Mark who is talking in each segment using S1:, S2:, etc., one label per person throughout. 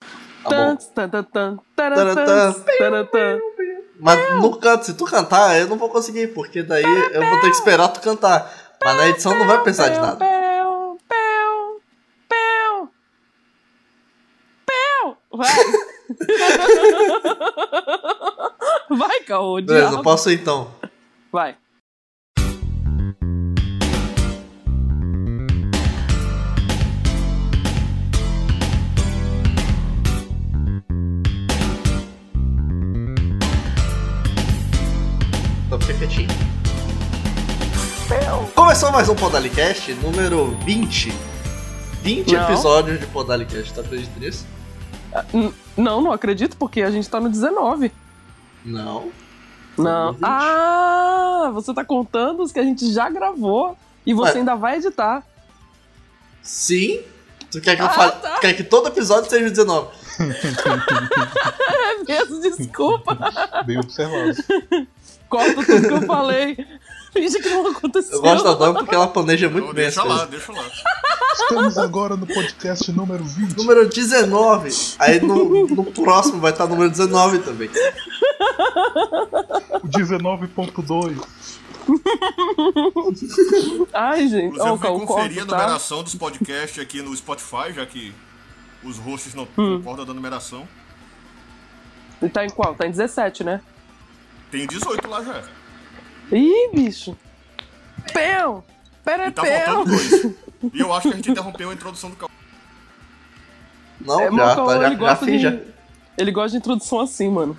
S1: Tá
S2: bom?
S1: Tarantã. Mas no canto, se tu cantar, eu não vou conseguir, porque daí eu vou ter que esperar tu cantar. Mas na edição não vai precisar de nada.
S2: Pel, pel, pel. Pel. Vai. Vai, Caô,
S1: Beleza,
S2: diabo.
S1: posso ir, então.
S2: Vai.
S1: Então fica quietinho. Começou mais um Podalicast, número 20. 20
S2: Não.
S1: episódios de Podalicast, tu acredita nisso?
S2: N- Não, não acredito, porque a gente tá no 19.
S1: Não.
S2: Não.
S1: no 20.
S2: Ah, você tá contando os que a gente já gravou e você
S1: Ué.
S2: ainda vai editar.
S1: Sim? Tu quer que eu
S2: Ah,
S1: fale?
S2: tá.
S1: Tu quer que todo episódio seja o 19?
S2: É mesmo, desculpa.
S3: Bem observado.
S2: Corta tudo que eu falei. Finge que não aconteceu.
S1: Eu gosto da Dama porque ela planeja muito
S4: Então,
S1: bem as
S4: deixa lá,
S1: coisas.
S4: deixa lá.
S3: Estamos agora no podcast número 20.
S1: Número 19. Aí no, no próximo vai estar número 19 também.
S3: O 19.2.
S2: Ai, gente.
S4: Inclusive,
S2: Ó,
S4: eu
S2: o Caô
S4: vou conferir
S2: corta,
S4: a
S2: Então, tá?
S4: numeração dos podcasts aqui no Spotify, já que os hosts não
S2: Hum.
S4: concordam da numeração.
S2: Ele tá em qual? Tá em 17, né?
S4: Tem 18 lá já.
S2: Ih, bicho. Pel. Pera,
S4: E tá
S2: pel.
S4: faltando dois. E eu acho que a gente interrompeu a introdução do Cal.
S1: Não,
S2: É,
S1: já,
S2: Marco,
S1: tá, já,
S2: ele
S1: já
S2: gosta
S1: fiz,
S2: de-
S1: já.
S2: Ele gosta de introdução assim, mano.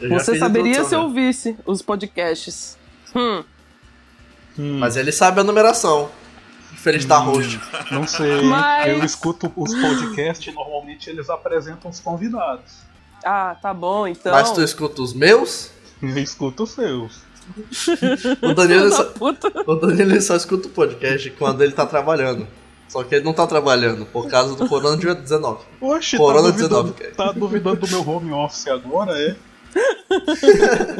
S1: Eu já
S2: Você
S1: fiz
S2: saberia
S1: introdução, né?
S2: se
S1: já.
S2: ouvisse os podcasts. Hum.
S1: Mas ele sabe a numeração. Diferente da host.
S2: então.
S3: Não sei.
S2: Mas-
S3: Eu escuto os podcasts e normalmente eles apresentam os convidados.
S2: Ah, tá bom, então.
S1: Mas tu é escuta os meus?
S3: Eu escuto os seus.
S1: O Danilo,
S2: Filho da
S1: só,
S2: puta.
S1: o Danilo ele só escuta o podcast quando ele tá trabalhando. Só que ele não tá trabalhando, por causa do coronavírus 19.
S3: Oxe, tá
S1: Corona
S3: duvidando,
S1: 19, cara.
S3: tá duvidando do meu home office agora, é?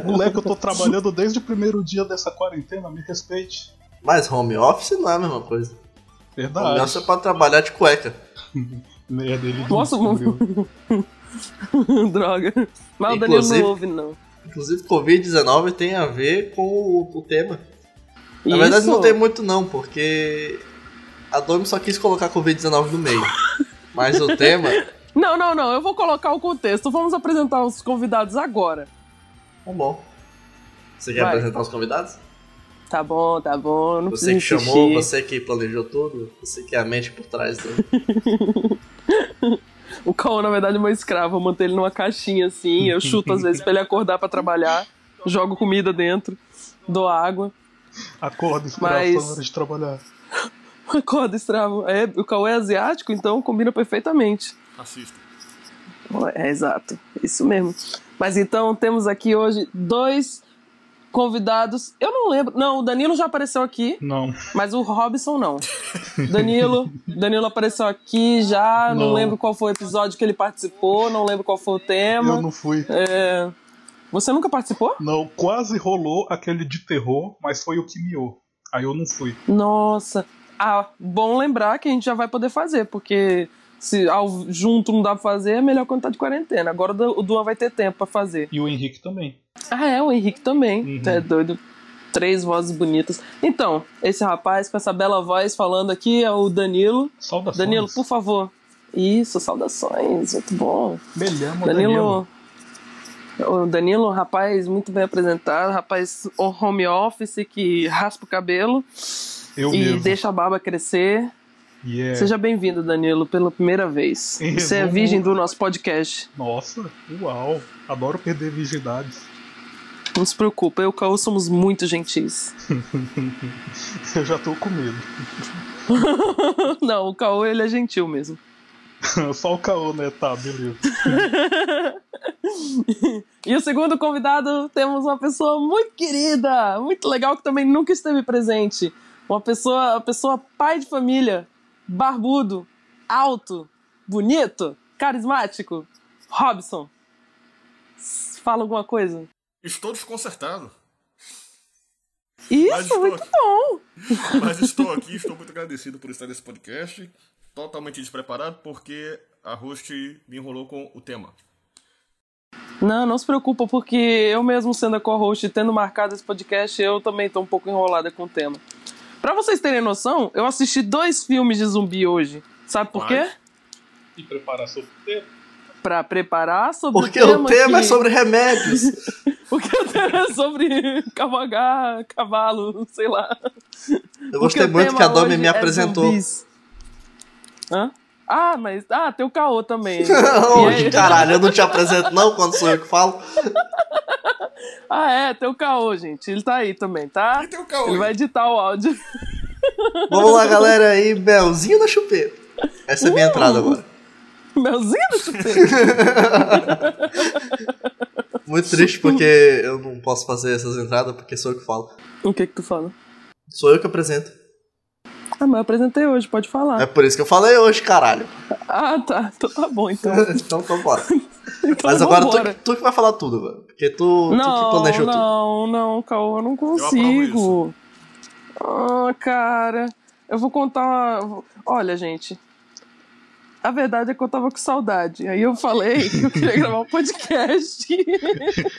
S3: Moleque, eu tô trabalhando desde o primeiro dia dessa quarentena, me respeite.
S1: Mas home office não é a mesma coisa. Home office
S3: Verdade.
S1: é pra trabalhar de cueca.
S3: Merda, ele
S2: Nossa,
S3: descobriu.
S2: Droga. Mas o Danilo
S1: Inclusive-
S2: não ouve, não.
S1: Inclusive, Covid-19 tem a ver com o, o tema. Na
S2: Isso.
S1: verdade, não tem muito, não, porque a Domi só quis colocar Covid-19 no meio. Mas o tema.
S2: Não, não, não. Eu vou colocar o contexto. Vamos apresentar os convidados agora.
S1: Tá bom. Você quer
S2: Vai.
S1: apresentar os convidados?
S2: Tá bom, tá bom. Não
S1: Você que
S2: precisa
S1: chamou,
S2: insistir.
S1: você que planejou tudo, você que é a mente por trás do.
S2: O Caô, na verdade, é meu escravo. Eu mantenho ele numa caixinha assim. Eu chuto às vezes pra ele acordar pra trabalhar. Jogo comida dentro. Dou água.
S3: Acorda,
S2: Mas-
S3: escravo, tá na hora de trabalhar.
S2: Acorda, escravo. É, o Caô é asiático, então combina perfeitamente.
S4: Assista.
S2: É, exato. Isso mesmo. Mas então temos aqui hoje dois convidados. Eu não lembro. Não, o Danilo já apareceu aqui,
S3: Não.
S2: mas o Robson não. Danilo, Danilo apareceu aqui já. Não,
S3: Não.
S2: lembro qual foi o episódio que ele participou, não lembro qual foi o tema.
S3: Eu não fui.
S2: É, Você nunca participou?
S3: Não, quase rolou aquele de terror, mas foi o que miou. Aí eu não fui.
S2: Nossa. Ah, bom lembrar que a gente já vai poder fazer, porque se ao junto não dá pra fazer, é melhor quando tá de quarentena. Agora o Du- o Duan vai ter tempo pra fazer.
S3: E o Henrique também.
S2: Ah, é, o Henrique também.
S3: Uhum.
S2: Tu É doido. Três vozes bonitas. Então, esse rapaz com essa bela voz falando aqui é o Danilo.
S3: Saudações.
S2: Danilo, por favor. Isso, saudações, muito bom.
S3: Melhamo, Danilo.
S2: Danilo. O Danilo, um rapaz muito bem apresentado, rapaz o home office que raspa o cabelo
S3: Eu
S2: e
S3: mesmo. é,
S2: deixa a barba crescer.
S3: Yeah.
S2: Seja bem-vindo, Danilo, pela primeira vez.
S3: Em
S2: Você é
S3: resumo-
S2: virgem do nosso podcast.
S3: Nossa, uau. Adoro perder virgindades.
S2: Não se preocupa, eu e o Caô somos muito gentis.
S3: Eu já tô com medo.
S2: Não, o Caô ele é gentil mesmo.
S3: Só o caô, né? Tá, beleza.
S2: E o segundo convidado, temos uma pessoa muito querida, muito legal, que também nunca esteve presente. Uma pessoa, uma pessoa pai de família, barbudo, alto, bonito, carismático. Robson. S- Fala alguma coisa?
S4: Estou desconcertado, Mas
S2: Isso,
S4: estou
S2: muito
S4: aqui.
S2: bom!
S4: mas estou aqui, estou muito agradecido por estar nesse podcast. Totalmente despreparado, porque a host me enrolou com o tema.
S2: Não, não se preocupa, porque eu mesmo sendo a co-host e tendo marcado esse podcast, eu também tô um pouco enrolada com o tema. Pra vocês terem noção, eu assisti dois filmes de zumbi hoje. Sabe por quê?
S4: Quais?
S3: E preparação pro tempo.
S2: Pra preparar sobre
S1: Porque
S2: o tema.
S1: o tema é
S2: que-
S1: sobre remédios.
S2: Porque o tema é sobre cavalgar, cavalo, sei lá.
S1: Eu gostei
S2: Porque o
S1: muito
S2: tema
S1: que a Domi
S2: hoje
S1: me
S2: é
S1: apresentou.
S2: zumbis. Hã? Ah, mas. Ah, tem o caô também.
S1: Ô,
S2: E aí-
S1: Oh, Caralho, eu não te apresento não quando sou eu que falo.
S2: Ah, é, tem o caô, gente. Ele tá aí também, tá?
S4: E tem o Caô.
S2: Ele vai editar o áudio.
S1: Vamos lá, galera, aí, Belzinho na chupeta. Essa é a minha
S2: Uh!
S1: entrada agora.
S2: Melzinho do chupeta.
S1: Muito triste porque eu não posso fazer essas entradas porque sou eu que falo.
S2: o que que tu fala?
S1: Sou eu que apresento.
S2: Ah, mas eu apresentei hoje, pode falar.
S1: É por isso que eu falei hoje, caralho.
S2: Ah, tá. Então tá bom, então.
S1: Então, então bora.
S2: Então
S1: Mas agora tu,
S2: vambora.
S1: que- tu que vai falar tudo, velho. Porque tu, tu que
S2: Não,
S1: planejou tudo.
S2: não, não, Caô, eu não consigo. Ah, cara. Eu vou contar uma... Olha, gente. A verdade é que eu tava com saudade. Aí eu falei que eu queria gravar um podcast.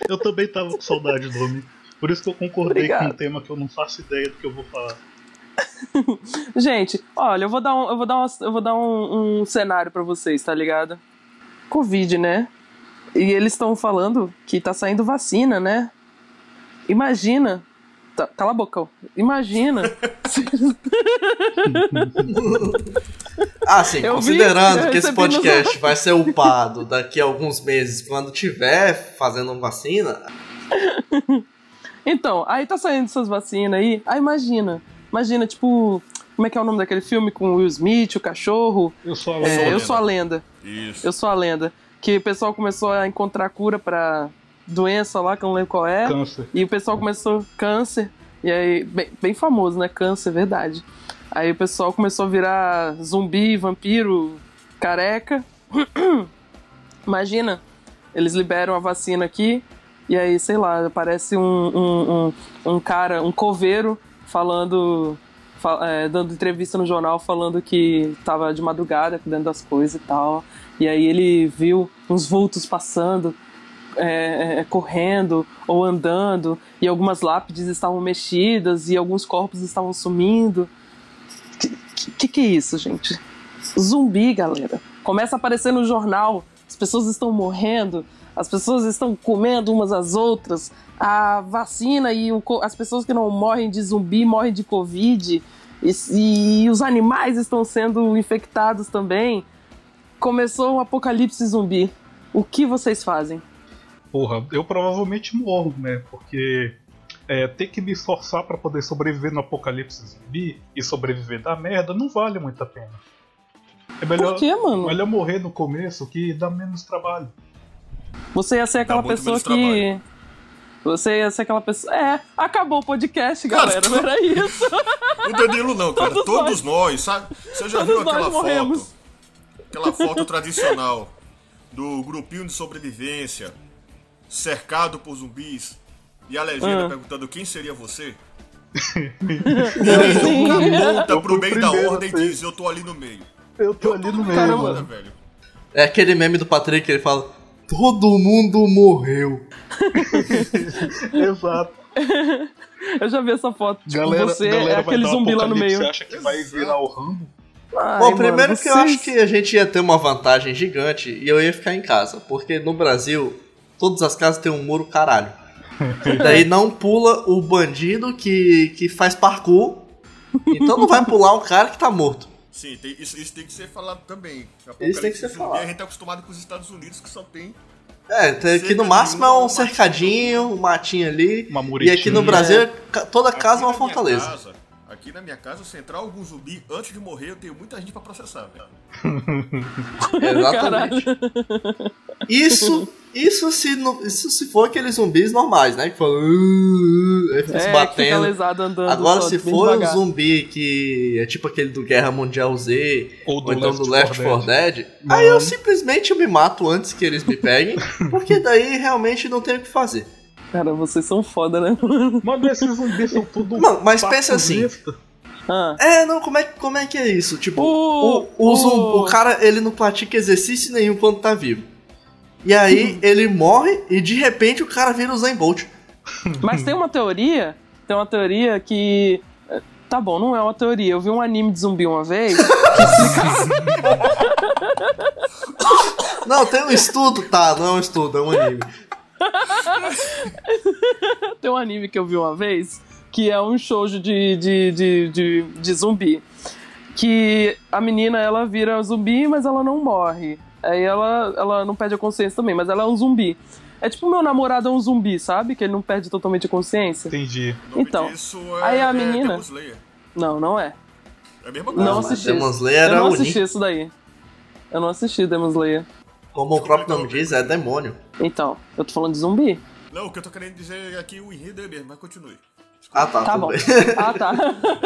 S3: Eu também tava com saudade do homem. Por isso que eu concordei
S2: Obrigado.
S3: com um tema que eu não faço ideia do que eu vou falar.
S2: Gente, olha, eu vou dar um, eu vou dar uma, eu vou dar um, um cenário pra vocês, tá ligado? Covid, né? E eles estão falando que tá saindo vacina, né? Imagina. Tá, cala a boca. ó. Imagina.
S1: Ah, sim,
S2: Eu vi,
S1: considerando
S2: eu
S1: que esse
S2: recebi nos-
S1: podcast vai ser upado daqui a alguns meses, quando tiver fazendo vacina,
S2: Então, aí tá saindo essas vacinas aí. Aí imagina. Imagina, tipo, como é que é o nome daquele filme com o Will Smith, o cachorro?
S3: Eu sou a
S2: É,
S4: a
S2: eu
S4: Lenda.
S2: sou a lenda.
S4: Isso.
S2: Eu sou a lenda. Que o pessoal começou a encontrar cura pra doença lá, que eu não lembro qual é.
S3: câncer.
S2: E o pessoal começou câncer. E aí, bem, bem famoso, né? Câncer, verdade. Aí o pessoal começou a virar zumbi, vampiro, careca. Imagina, eles liberam a vacina aqui. E aí, sei lá, aparece um, um, um, um cara, um coveiro, falando. fa- é, dando entrevista no jornal falando que tava de madrugada cuidando das coisas e tal. E aí ele viu uns vultos passando é, é, correndo ou andando, e algumas lápides estavam mexidas e alguns corpos estavam sumindo. Que, que- que, que é isso, gente? Zumbi, galera. Começa a aparecer no jornal, as pessoas estão morrendo, as pessoas estão comendo umas às outras, a vacina e o co- as pessoas que não morrem de zumbi morrem de Covid, e, e os animais estão sendo infectados também. Começou o apocalipse zumbi. O que vocês fazem?
S3: Porra, eu provavelmente morro, né? Porque é, ter que me esforçar pra poder sobreviver no apocalipse zumbi e sobreviver da merda não vale muito a pena. É melhor,
S2: Por quê, mano?
S3: melhor morrer no começo que dá menos trabalho.
S2: Você ia ser aquela
S4: muito
S2: pessoa
S4: menos
S2: que.
S4: trabalho.
S2: Você ia ser aquela pessoa. É, acabou o podcast, galera. Não era isso.
S4: O Danilo não, cara.
S2: Todos
S4: Todos, nós, sabe? Você já
S2: Todos
S4: viu aquela
S2: nós morremos.
S4: foto? Aquela foto tradicional do grupinho de sobrevivência cercado por zumbis e a legenda
S2: Ah.
S4: perguntando quem seria você?
S2: Sim.
S4: Tá
S3: Eu fui
S4: pro meio da
S3: primeiro,
S4: ordem e
S3: assim.
S4: diz, eu tô ali no meio.
S3: Eu tô ali no meio,
S2: Caramba.
S3: mano.
S4: Foda, velho.
S1: é aquele meme do Patrick que ele fala: Todo mundo morreu.
S3: Exato.
S2: Eu já vi essa foto. Tipo,
S3: Galera,
S2: você
S3: galera
S2: é
S3: vai
S2: aquele
S3: dar um
S2: zumbi lá no
S3: apocalipse,
S2: meio.
S3: Você acha que vai virar o Rambo?
S2: Ai,
S1: Bom,
S2: mano,
S1: primeiro que eu
S2: vocês-
S1: acho que a gente ia ter uma vantagem gigante e eu ia ficar em casa, porque no Brasil todas as casas têm um muro caralho. Daí não pula o bandido que, que faz parkour, então não vai pular o cara que tá morto.
S4: Sim, tem- isso, isso tem que ser falado também.
S1: Isso tem que ser
S4: Apocalipse zumbi,
S1: falado.
S4: A gente tá acostumado com os Estados Unidos que só tem.
S1: É, tem- que no máximo é um cercadinho, um matinho ali.
S3: Uma
S1: E
S3: muretinha.
S1: aqui no Brasil, ca- toda casa é uma
S4: Aqui na minha
S1: fortaleza.
S4: casa- aqui na minha casa, se entrar algum zumbi antes de morrer, eu tenho muita gente pra processar, velho.
S1: Exatamente. Isso, isso se, não- isso se for aqueles zumbis normais, né? Que falam. "Uh, uh", aí fica se
S2: É, que fica
S1: batendo.
S2: lesado andando.
S1: Agora,
S2: só,
S1: se
S2: bem
S1: for um
S2: devagar.
S1: zumbi que é tipo aquele do Guerra Mundial Z,
S3: Ou
S1: ou, então do Left 4 Dead,
S3: Não.
S1: aí eu simplesmente eu me mato antes que eles me peguem, porque daí realmente não tem o que fazer.
S2: Cara, vocês são foda, né?
S3: Mano, esses zumbis são tudo.
S1: Mano, mas pensa assim,
S3: patusista.
S2: Ah.
S1: É, não, como é, como é que é isso? Tipo,
S2: O-
S1: o, o, zumbi-
S2: o-
S1: o cara, ele não pratica exercício nenhum quando tá vivo. E
S2: Hum.
S1: aí, ele morre e de repente o cara vira o Zen Bolt.
S2: Mas tem uma teoria, tem uma teoria que. Tá bom, não é uma teoria. Eu vi um anime de zumbi uma vez.
S1: Não, tem um estudo, tá, não é um estudo, é um anime.
S2: tem um anime que eu vi uma vez, que é um shoujo de, de, de, de, de zumbi. Que a menina, ela vira zumbi, mas ela não morre. Aí ela, ela não perde a consciência também, mas ela é um zumbi. É tipo meu namorado é um zumbi, sabe? Que ele não perde totalmente a consciência.
S3: Entendi.
S4: O nome
S2: Então,
S4: disso é,
S2: aí a
S4: é
S2: menina-
S4: Demon Slayer.
S2: Não, não é.
S4: É a mesma coisa.
S2: Não
S1: mas
S2: assisti.
S1: Demon Slayer
S2: eu
S1: é
S2: não
S1: o
S2: assisti
S1: Nin,
S2: isso daí. Eu não assisti Demon Slayer.
S1: como o próprio nome diz, é demônio.
S2: Então, eu tô falando de zumbi.
S4: Não, o que eu tô querendo dizer é que o enredo é mesmo, mas continue.
S1: Ah, tá,
S2: Tá
S1: tudo
S2: bom.
S1: bem.
S2: Ah, tá.
S4: É,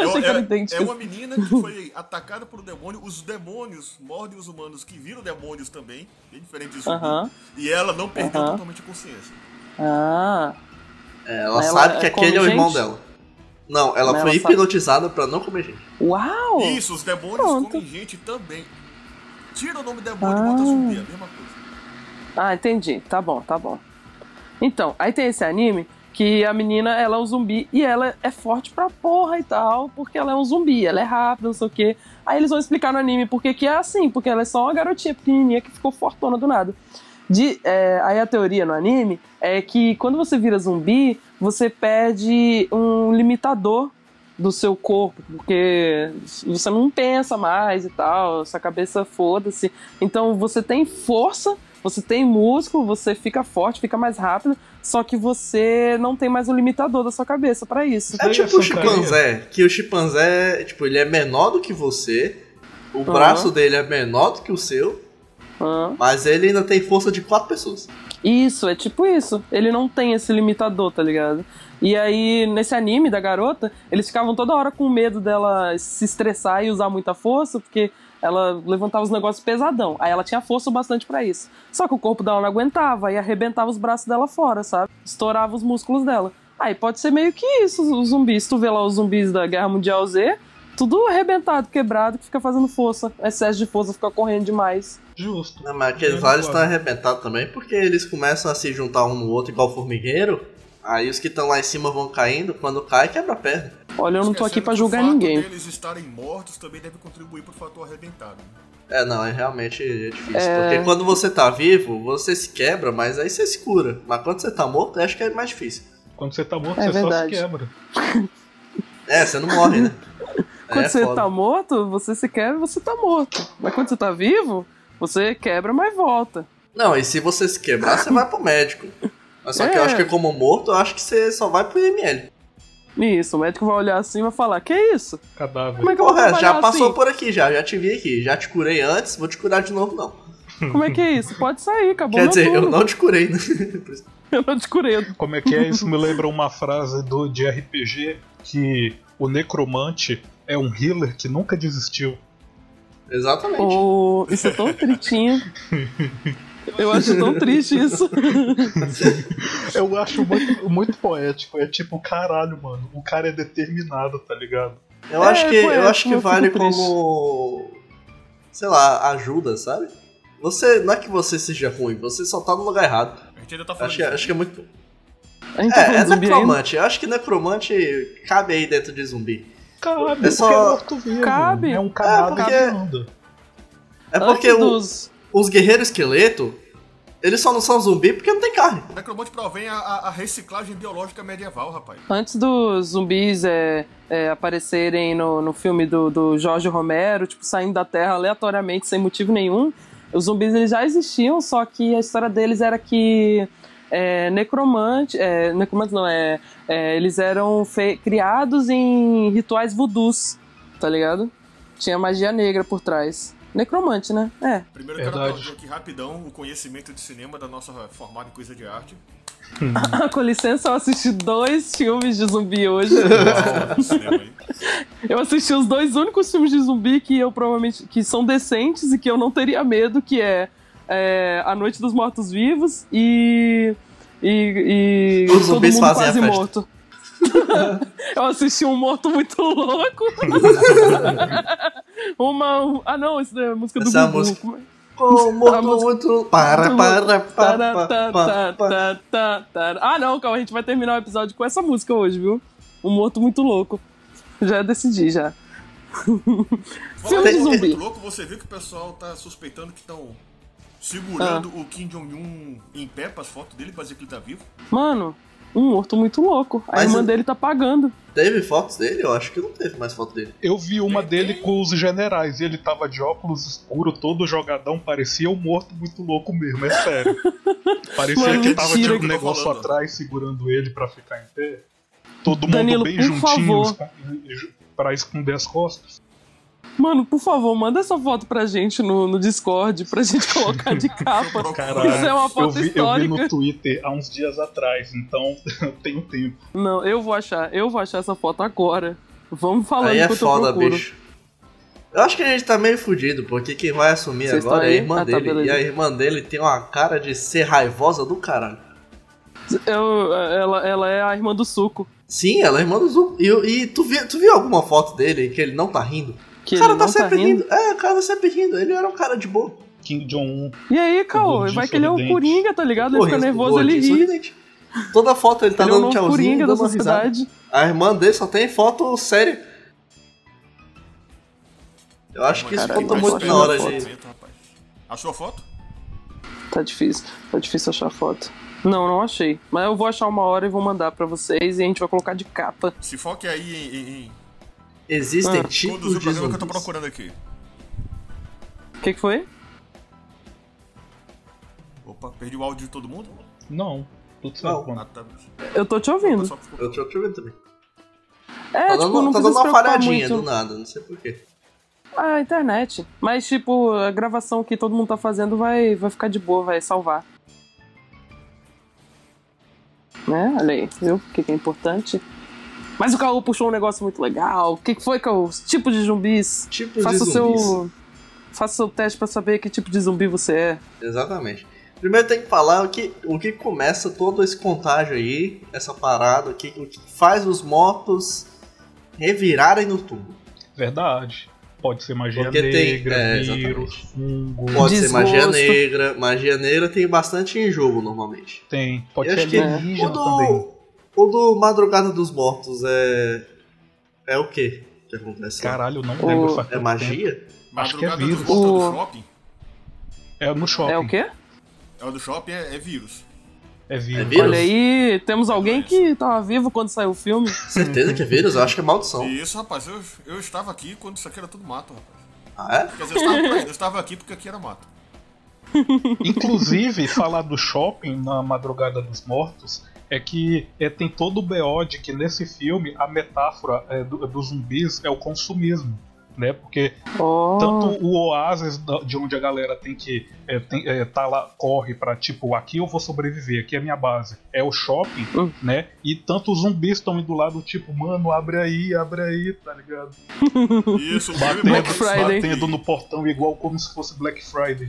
S2: Achei que era
S4: é, é
S2: idêntico.
S4: uma menina que foi atacada por um demônio. Os demônios mordem os humanos que viram demônios também, bem diferente disso.
S2: Aham.
S4: E ela não perdeu
S2: Aham.
S4: totalmente a consciência.
S2: Ah,
S1: É, ela,
S2: Ela
S1: sabe que
S2: é
S1: aquele é o
S2: come
S1: irmão
S2: gente?
S1: dela. Não, ela
S2: Mas
S1: foi
S2: ela sabe.
S1: hipnotizada pra não comer gente.
S2: uau!
S4: Isso, os demônios
S2: Pronto.
S4: comem gente também. Tira o nome demônio
S2: Ah.
S4: e bota zumbi, é a mesma coisa.
S2: Ah, entendi. Tá bom, tá bom. Então, aí tem esse anime que a menina, ela é um zumbi e ela é forte pra porra e tal, porque ela é um zumbi, ela é rápida, não sei o quê. Aí eles vão explicar no anime por que que é assim, porque ela é só uma garotinha pequenininha que ficou fortona do nada. De, é, aí a teoria no anime é que quando você vira zumbi, você perde um limitador do seu corpo, porque você não pensa mais e tal, sua cabeça foda-se. Então você tem força, você tem músculo, você fica forte, fica mais rápido, só que você não tem mais o limitador da sua cabeça pra isso.
S1: É
S3: Daí
S1: tipo
S3: a
S1: o
S3: fantasia.
S1: chimpanzé, que o chimpanzé, tipo, ele é menor do que você, o braço dele é menor do que o seu,
S2: Hã?
S1: mas ele ainda tem força de quatro pessoas.
S2: Isso, é tipo isso. Ele não tem esse limitador, tá ligado? E aí, nesse anime da garota, eles ficavam toda hora com medo dela se estressar e usar muita força, porque ela levantava os negócios pesadão. Aí ela tinha força o bastante pra isso. Só que o corpo dela não aguentava, e arrebentava os braços dela fora, sabe? Estourava os músculos dela. Aí pode ser meio que isso, os zumbis. Tu vê lá os zumbis da Guerra Mundial Z, tudo arrebentado, quebrado, que fica fazendo força. Excesso de força, fica correndo demais.
S3: Justo.
S1: Não, mas aqueles tá
S3: Eu
S1: lá eles estão
S3: concordo.
S1: arrebentados também, porque eles começam a se juntar um no outro igual formigueiro, aí os que estão lá em cima vão caindo, quando cai, quebra a perna.
S2: Olha, eu não tô aqui
S4: Esquecendo
S2: pra
S4: que
S2: julgar
S4: o fato
S2: ninguém.
S4: Eles estarem mortos também deve contribuir pro fator arrebentado.
S1: É, não, é realmente é difícil.
S2: É.
S1: Porque quando você tá vivo, você se quebra, mas aí você se cura. Mas quando você tá morto, eu acho que é mais difícil.
S3: Quando você tá morto,
S2: É
S3: você
S2: verdade.
S3: só se quebra.
S1: É, você não morre, né?
S2: Quando
S1: é
S2: você
S1: foda.
S2: tá morto, você se quebra e você tá morto. Mas quando você tá vivo, você quebra, mas volta.
S1: Não, e se você se quebrar, você vai pro médico. Mas só que eu
S2: É.
S1: acho que como morto, eu acho que você só vai pro IML.
S2: Isso, o médico vai olhar assim e vai falar: Que isso?
S3: Cadáver.
S2: Como é que eu vou
S1: Porra,
S2: trabalhar
S1: já passou
S2: assim?
S1: por aqui, já, já te vi aqui. Já te curei antes, vou te curar de novo, não.
S2: Como é que é isso? Pode sair, acabou
S1: Quer
S2: meu
S1: dizer, eu
S2: turno.
S1: não te curei, né?
S2: Eu não te curei. eu-
S3: Como é que é? Isso me lembra uma frase do, de RPG que o necromante é um healer que nunca desistiu.
S1: Exatamente.
S2: Ô, isso é tão tritinho. Eu acho tão triste isso.
S3: Eu acho muito, muito poético. É tipo, caralho, mano. O cara é determinado, tá ligado?
S1: Eu,
S2: É,
S1: acho que,
S2: poético,
S1: eu acho que
S2: eu fico
S1: vale
S2: triste.
S1: como. Sei lá, ajuda, sabe? Você, não é que você seja ruim, você só tá no lugar errado.
S4: A gente ainda tá falando
S1: Acho que,
S4: disso.
S1: acho que é muito.
S2: A gente tá
S1: É, é
S2: falando de zumbi ainda.
S1: necromante. Eu acho que necromante cabe aí dentro de zumbi.
S3: Cabe,
S1: É
S3: é
S1: só-
S3: só... porque é morto-vivo.
S2: Cabe.
S3: É um cadáver
S1: porque-
S3: que anda.
S1: É porque
S2: Antes
S1: o-
S2: dos-
S1: os guerreiros esqueleto, eles só não são zumbi porque não tem carne.
S4: O Necromante provém a, a- a reciclagem biológica medieval, rapaz.
S2: Antes dos zumbis é, é, aparecerem no, no filme do, do Jorge Romero, tipo, saindo da Terra aleatoriamente, sem motivo nenhum, os zumbis eles já existiam, só que a história deles era que é, necromante, é, necromante não, é, é, eles eram fe- criados em rituais vudus, tá ligado? Tinha magia negra por trás. Necromante, né? É.
S4: Primeiro eu quero
S3: Verdade.
S4: aplaudir aqui rapidão o conhecimento de cinema da nossa formada em coisa de arte.
S2: Com licença, eu assisti dois filmes de zumbi hoje.
S4: Aula de cinema aí.
S2: Eu assisti os dois únicos filmes de zumbi que eu provavelmente que são decentes e que eu não teria medo, que é, é, A Noite dos Mortos Vivos e e, e
S1: Os zumbis fazem a
S2: quase
S1: festa.
S2: morto. Eu assisti um morto muito louco. Uma. Ah, não, isso daí é a música do
S1: Essa é a
S2: Gugu.
S1: música.
S2: Como é?
S1: Oh,
S2: A
S1: morto
S2: música-
S1: muito. Para, para, para,
S2: Tá,
S1: para,
S2: tá,
S1: para.
S2: tá, tá, tá. Ah, não, calma, a gente vai terminar o episódio com essa música hoje, viu? Um morto muito louco. Já decidi, já.
S1: é um
S2: Filme de
S4: Falando
S2: zumbi.
S4: muito louco, você viu que o pessoal tá suspeitando que estão segurando
S1: Ah.
S4: o Kim Jong-un em pé para as fotos dele pra dizer que ele tá vivo?
S1: É
S2: Mano, um morto muito louco. A
S1: Mas
S2: irmã
S1: eu-
S2: dele tá pagando.
S1: Teve fotos dele? Eu acho que não teve mais foto dele.
S3: Eu vi uma dele com os generais e ele tava de óculos escuro, todo jogadão, parecia um morto muito louco mesmo, é sério. parecia
S2: Mano,
S3: que tava de
S2: mentira
S3: um
S4: que eu tô
S3: negócio
S4: falando.
S3: atrás segurando ele pra ficar em pé. Todo mundo
S2: Danilo,
S3: bem
S2: por
S3: juntinho
S2: favor.
S3: esca- ju- pra esconder as costas.
S2: Mano, por favor, manda essa foto pra gente no, no Discord pra gente colocar de capa.
S3: Caralho,
S2: Isso é uma
S3: eu,
S2: foto
S3: vi, eu vi
S2: histórica.
S3: no Twitter há uns dias atrás, então tem um tempo.
S2: Não, eu vou achar, eu vou achar essa foto agora. Vamos falando
S1: Aí é
S2: enquanto eu
S1: foda,
S2: procuro.
S1: bicho. Eu acho que a gente tá meio fudido, porque quem vai assumir
S2: Vocês
S1: agora
S2: tão
S1: é a
S2: aí?
S1: irmã
S2: Ah, tá,
S1: dele. e
S2: beleza.
S1: a irmã dele tem uma cara de ser raivosa do caralho.
S2: Eu- ela, ela é a irmã do suco.
S1: Sim, ela é irmã do Zoom. E, e tu, vi, tu viu alguma foto dele que ele não tá rindo?
S2: Que
S1: o cara
S2: ele
S1: tá
S2: não
S1: sempre
S2: rindo.
S1: rindo. É, o cara tá sempre rindo. Ele era um cara de boa.
S3: Kim Jong-un.
S2: E aí, Caô,
S3: gordinho
S2: vai que ele é o
S3: sorridente.
S2: Coringa, tá ligado? Ele fica
S1: Porra,
S2: nervoso, ele
S1: gordinho,
S2: ri.
S1: sorridente. Toda foto ele tá
S2: ele é o
S1: dando
S2: novo
S1: tchauzinho,
S2: Coringa da
S1: dando uma risada.
S2: sociedade.
S1: A irmã dele só tem foto séria. Eu acho que isso
S2: Caralho,
S1: conta
S2: mas
S1: muito
S2: tá
S1: na
S2: vendo
S1: hora
S2: a foto?
S1: de...
S4: Achou a foto?
S2: Tá difícil, tá difícil achar a foto. Não, não achei. Mas eu vou achar uma hora e vou mandar pra vocês e a gente vai colocar de capa.
S4: Se foque aí em, em- em
S1: Existem
S2: Ah,
S1: tipos
S3: Tipo
S4: conduzir o
S1: de
S4: programa que eu tô
S1: zumbis.
S4: procurando aqui.
S2: O que, que foi?
S4: Opa, perdi o áudio de todo mundo?
S3: Não, tudo
S1: Não.
S3: certo,
S4: Ah,
S3: mano.
S4: tá.
S2: Eu tô te
S1: Hum.
S4: O
S2: ouvindo.
S4: pessoal ficou-
S1: Eu tô deixa eu ver também.
S2: É,
S1: tá
S2: tipo,
S1: dando,
S2: não
S1: tá
S2: precisa
S1: dando
S2: se
S1: uma
S2: preocupar
S1: falhadinha do
S2: muito.
S1: nada, não sei porquê.
S2: Ah, internet. Mas, tipo, a gravação que todo mundo tá fazendo vai, vai ficar de boa, vai salvar. Né? Olha aí, viu? O que, que é importante. Mas o Caô puxou um negócio muito legal. O que, que foi, Caô? Os tipos de zumbis.
S1: Tipos
S2: Faça o
S1: Tipo de zumbis.
S2: seu. Faça o seu teste pra saber que tipo de zumbi você é.
S1: Exatamente. Primeiro tem que falar o que, o que começa todo esse contágio aí, essa parada, o que, o que faz os mortos revirarem no túmulo.
S3: Verdade. Pode ser magia
S1: Porque tem-
S3: negra,
S1: é,
S3: vírus,
S1: exatamente.
S3: fungo.
S1: Pode ser
S2: Desgosto.
S1: magia negra, magia negra tem bastante em jogo normalmente.
S3: Tem. Pode
S1: Eu
S3: ser
S1: acho que-
S3: alienígena
S1: O
S3: também.
S1: do, o do Madrugada dos Mortos é. É o que que acontece? lá?
S3: Caralho, eu não
S2: O-
S3: lembro. faz
S1: É
S3: tanto tempo.
S1: magia?
S3: Acho que é
S4: Madrugada
S3: vírus.
S4: dos mortos
S2: O-
S4: do shopping.
S3: É no shopping.
S2: É o quê?
S4: É o do shopping, é, é vírus.
S3: É vírus.
S1: É vírus?
S2: Olha aí, temos alguém
S4: Doença.
S2: que tava vivo quando saiu o filme.
S1: Certeza que é vírus? Eu acho que é maldição.
S4: E isso, rapaz, eu, eu estava aqui quando isso aqui era tudo mato, rapaz.
S1: Ah, é?
S4: Quer dizer, eu estava, eu estava aqui porque aqui era mato.
S3: Inclusive, falar do shopping na Madrugada dos Mortos é que é, tem todo o BO de que nesse filme a metáfora é, do- dos zumbis é o consumismo. Né? Porque
S2: Oh,
S3: tanto o oásis da- de onde a galera tem que é, tem- é, tá lá, corre pra tipo, aqui eu vou sobreviver, aqui é a minha base, é o shopping,
S2: Hum.
S3: né? E tanto os zumbis estão indo lá do tipo, mano, abre aí, abre aí, tá ligado?
S4: Isso, o filme
S3: Batendo,
S2: Black
S4: Black
S2: Friday.
S3: batendo no portão igual como se fosse Black Friday.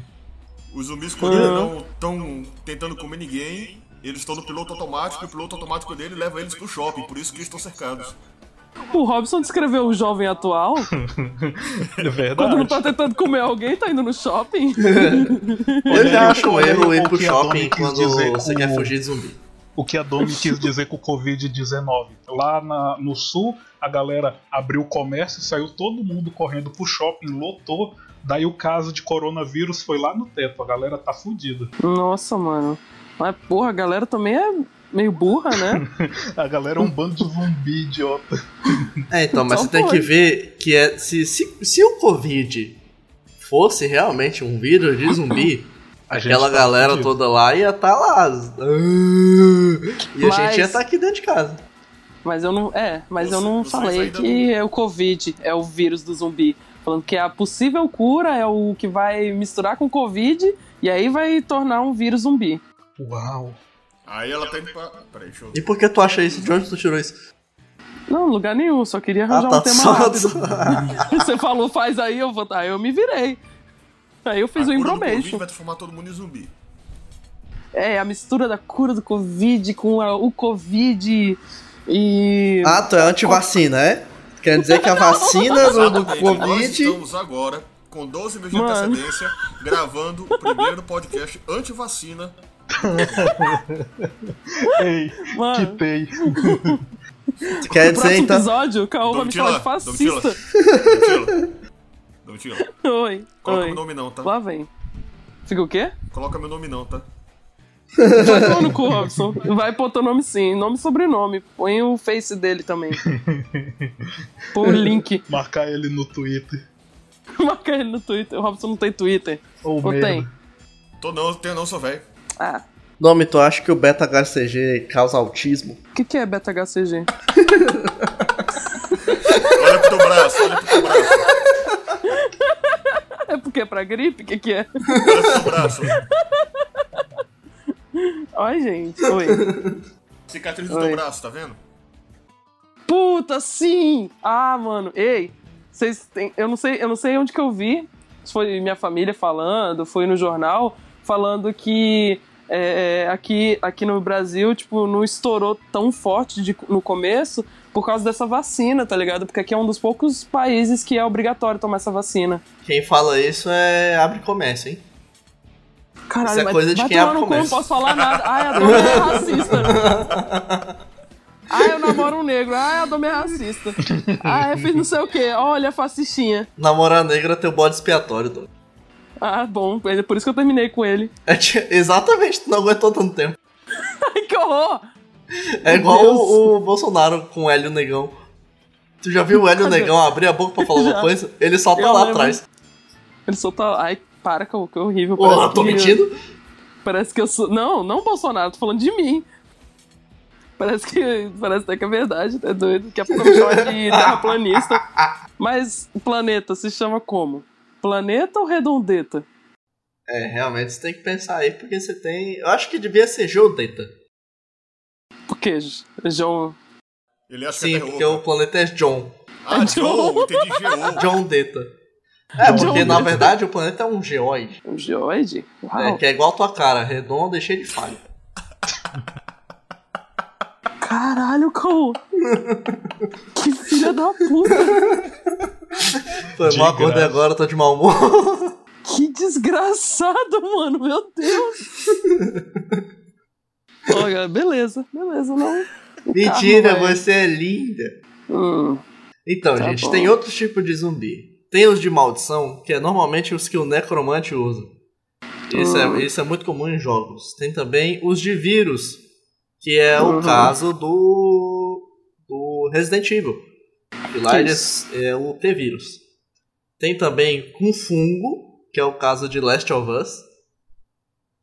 S4: Os zumbis, quando eles não estão tentando comer ninguém, eles estão no piloto automático e o piloto automático dele leva eles pro shopping, por isso que eles estão cercados.
S2: o Robson descreveu o jovem atual.
S3: É
S2: Quando não
S3: verdade.
S2: tá tentando comer alguém, tá indo no shopping.
S1: Eu
S3: Olha aí,
S1: já acho um
S3: olha aí
S1: erro ir
S3: o
S1: pro
S3: que a Domi
S1: shopping
S3: quis
S1: quando
S3: dizer
S1: você
S3: com-
S1: quer fugir de zumbi.
S3: O que a Domi quis dizer com o Covid-19. Lá na- no sul, a galera abriu o comércio, saiu todo mundo correndo pro shopping, lotou. Daí o caso de coronavírus foi lá no teto. A galera tá fudida.
S2: Nossa, mano. Mas, porra, a galera também é meio burra, né?
S3: A galera é um bando de zumbi idiota.
S1: É, então, mas
S2: Só
S1: você tem
S2: pode.
S1: que ver que é, se, se, se o Covid fosse realmente um vírus de zumbi,
S3: A gente
S1: aquela
S3: tá
S1: galera
S3: fudido.
S1: toda lá ia tá lá. ah, E a
S2: Mas-
S1: gente ia tá aqui dentro de casa.
S2: Mas eu não. É, mas eu não
S4: Vocês
S2: falei
S4: ainda
S2: que é o Covid, é o vírus do zumbi. Falando que a possível cura é o que vai misturar com Covid e aí vai tornar um vírus zumbi.
S3: Uau.
S4: Aí ela tá indo pra. Peraí, deixa eu.
S1: E por que tu acha isso? De onde tu tirou isso?
S2: Não, lugar nenhum, só queria
S1: Ah,
S2: arranjar um
S1: tá
S2: tema
S1: só.
S2: rápido. Você falou, faz aí, eu vou. Aí eu me virei. Aí eu fiz o
S4: a
S2: um
S4: cura do Covid
S2: embromation.
S4: vai transformar todo mundo em zumbi.
S2: É, a mistura da cura do Covid com a- o Covid E.
S1: Ah, tu é antivacina, é? Quer dizer que a vacina do, do
S4: Exatamente. Nós
S1: Covid.
S4: estamos agora, com 12 meses de
S2: Mano.
S4: antecedência, gravando o primeiro podcast anti-vacina.
S3: Ei,
S2: Mano.
S3: quitei.
S1: Quer
S2: No próximo
S1: dizer então.
S2: episódio, o Caô vai me chamar de
S4: Domitila, Domitila,
S2: fascista.
S4: Domitila, Domitila,
S2: Oi,
S4: coloca
S2: oi.
S4: meu nome não, tá?
S2: Lá vem. Fica o quê?
S4: Coloca meu nome não, tá?
S2: Vai tomar no cu, Robson. Vai pôr teu nome sim, nome e sobrenome. Põe o face dele também. Põe o link.
S3: Marcar ele no Twitter.
S2: Marca ele no Twitter. O Robson não tem Twitter.
S3: Ou
S2: Ou
S3: merda.
S2: tem?
S4: Tô não, tenho não, sou velho.
S2: Ah.
S1: Nome, tu acha que o beta-HCG causa autismo?
S2: O que, que é beta-HCG?
S4: Olha pro teu braço, olha pro teu braço,
S2: É porque é pra gripe? O que, que é?
S4: olha pro teu braço.
S2: Ai, gente. Oi.
S4: Cicatriz do teu
S2: Oi.
S4: braço, tá vendo?
S2: Puta, sim! Ah, mano. Ei, vocês têm. Eu não sei, eu não sei onde que eu vi. Se foi minha família falando, foi no jornal, falando que é, é, aqui, aqui no Brasil, tipo, não estourou tão forte de- no começo por causa dessa vacina, tá ligado? Porque aqui é um dos poucos países que é obrigatório tomar essa vacina.
S1: Quem fala isso é abre comércio, hein?
S2: Caralho,
S1: Isso é
S2: mas
S1: coisa de
S2: vai
S1: quem
S2: tomar
S1: abre
S2: no cu, não
S1: comércio.
S2: posso falar nada. Ai, a Domi é racista. Ai, eu namoro um negro. Ai, a Domi é racista. Ai, eu fiz não sei o quê. Olha a fascistinha.
S1: Namorar negra é teu bode expiatório, Dom.
S2: Ah, bom. É por isso que eu terminei com ele.
S1: É ti- exatamente, tu não aguentou tanto tempo.
S2: Ai, que horror.
S1: É igual
S2: Deus.
S1: o, o Bolsonaro com o Hélio Negão. Tu já viu o Hélio Negão abrir a boca pra falar
S2: Já.
S1: alguma coisa? Ele só tá
S2: Eu
S1: lá
S2: lembro.
S1: atrás.
S2: Ele solta... Ai, para, que, que horrível.
S1: Ô,
S2: parece
S1: eu tô
S2: que-
S1: mentindo?
S2: Parece que eu sou... Não, não Bolsonaro. Tô falando de mim. Parece que... Parece até que é verdade. É doido. Daqui a pouco eu me chama de terraplanista. Mas planeta se chama como? Planeta ou redondeta?
S1: É, realmente, você tem que pensar aí, porque você tem... Eu acho que devia ser Judeta.
S2: Por quê? João...
S4: Ele acha que
S1: Sim,
S4: é
S1: porque
S2: um
S4: terror.
S1: o planeta é John.
S4: Ah, Joe, entendi, Joe.
S1: John Deta. É,
S2: John
S1: porque na
S2: Deta.
S1: verdade o planeta é um geóide.
S2: Um geoide? Uau.
S1: É, que é igual a tua cara, redonda e cheia de falha.
S2: Caralho, Cão! que filha da puta!
S1: Foi
S3: De
S1: mal, acordei
S3: graça.
S1: agora, tô de mau humor.
S2: Que desgraçado, mano! Meu Deus! Olha, beleza, beleza, não.
S1: Mentira,
S2: Carro, velho.
S1: você é linda.
S2: Hum,
S1: Então,
S2: Tá
S1: gente,
S2: bom.
S1: tem outros tipos de zumbi. Tem os de maldição, que é normalmente os que o necromante usa. Isso,
S2: Hum.
S1: é, isso é muito comum em jogos. Tem também os de vírus, que é
S2: Uhum.
S1: o caso do, do Resident Evil. Que lá
S2: Que
S1: eles, é o T-vírus. Tem também com fungo, que é o caso de Last of Us.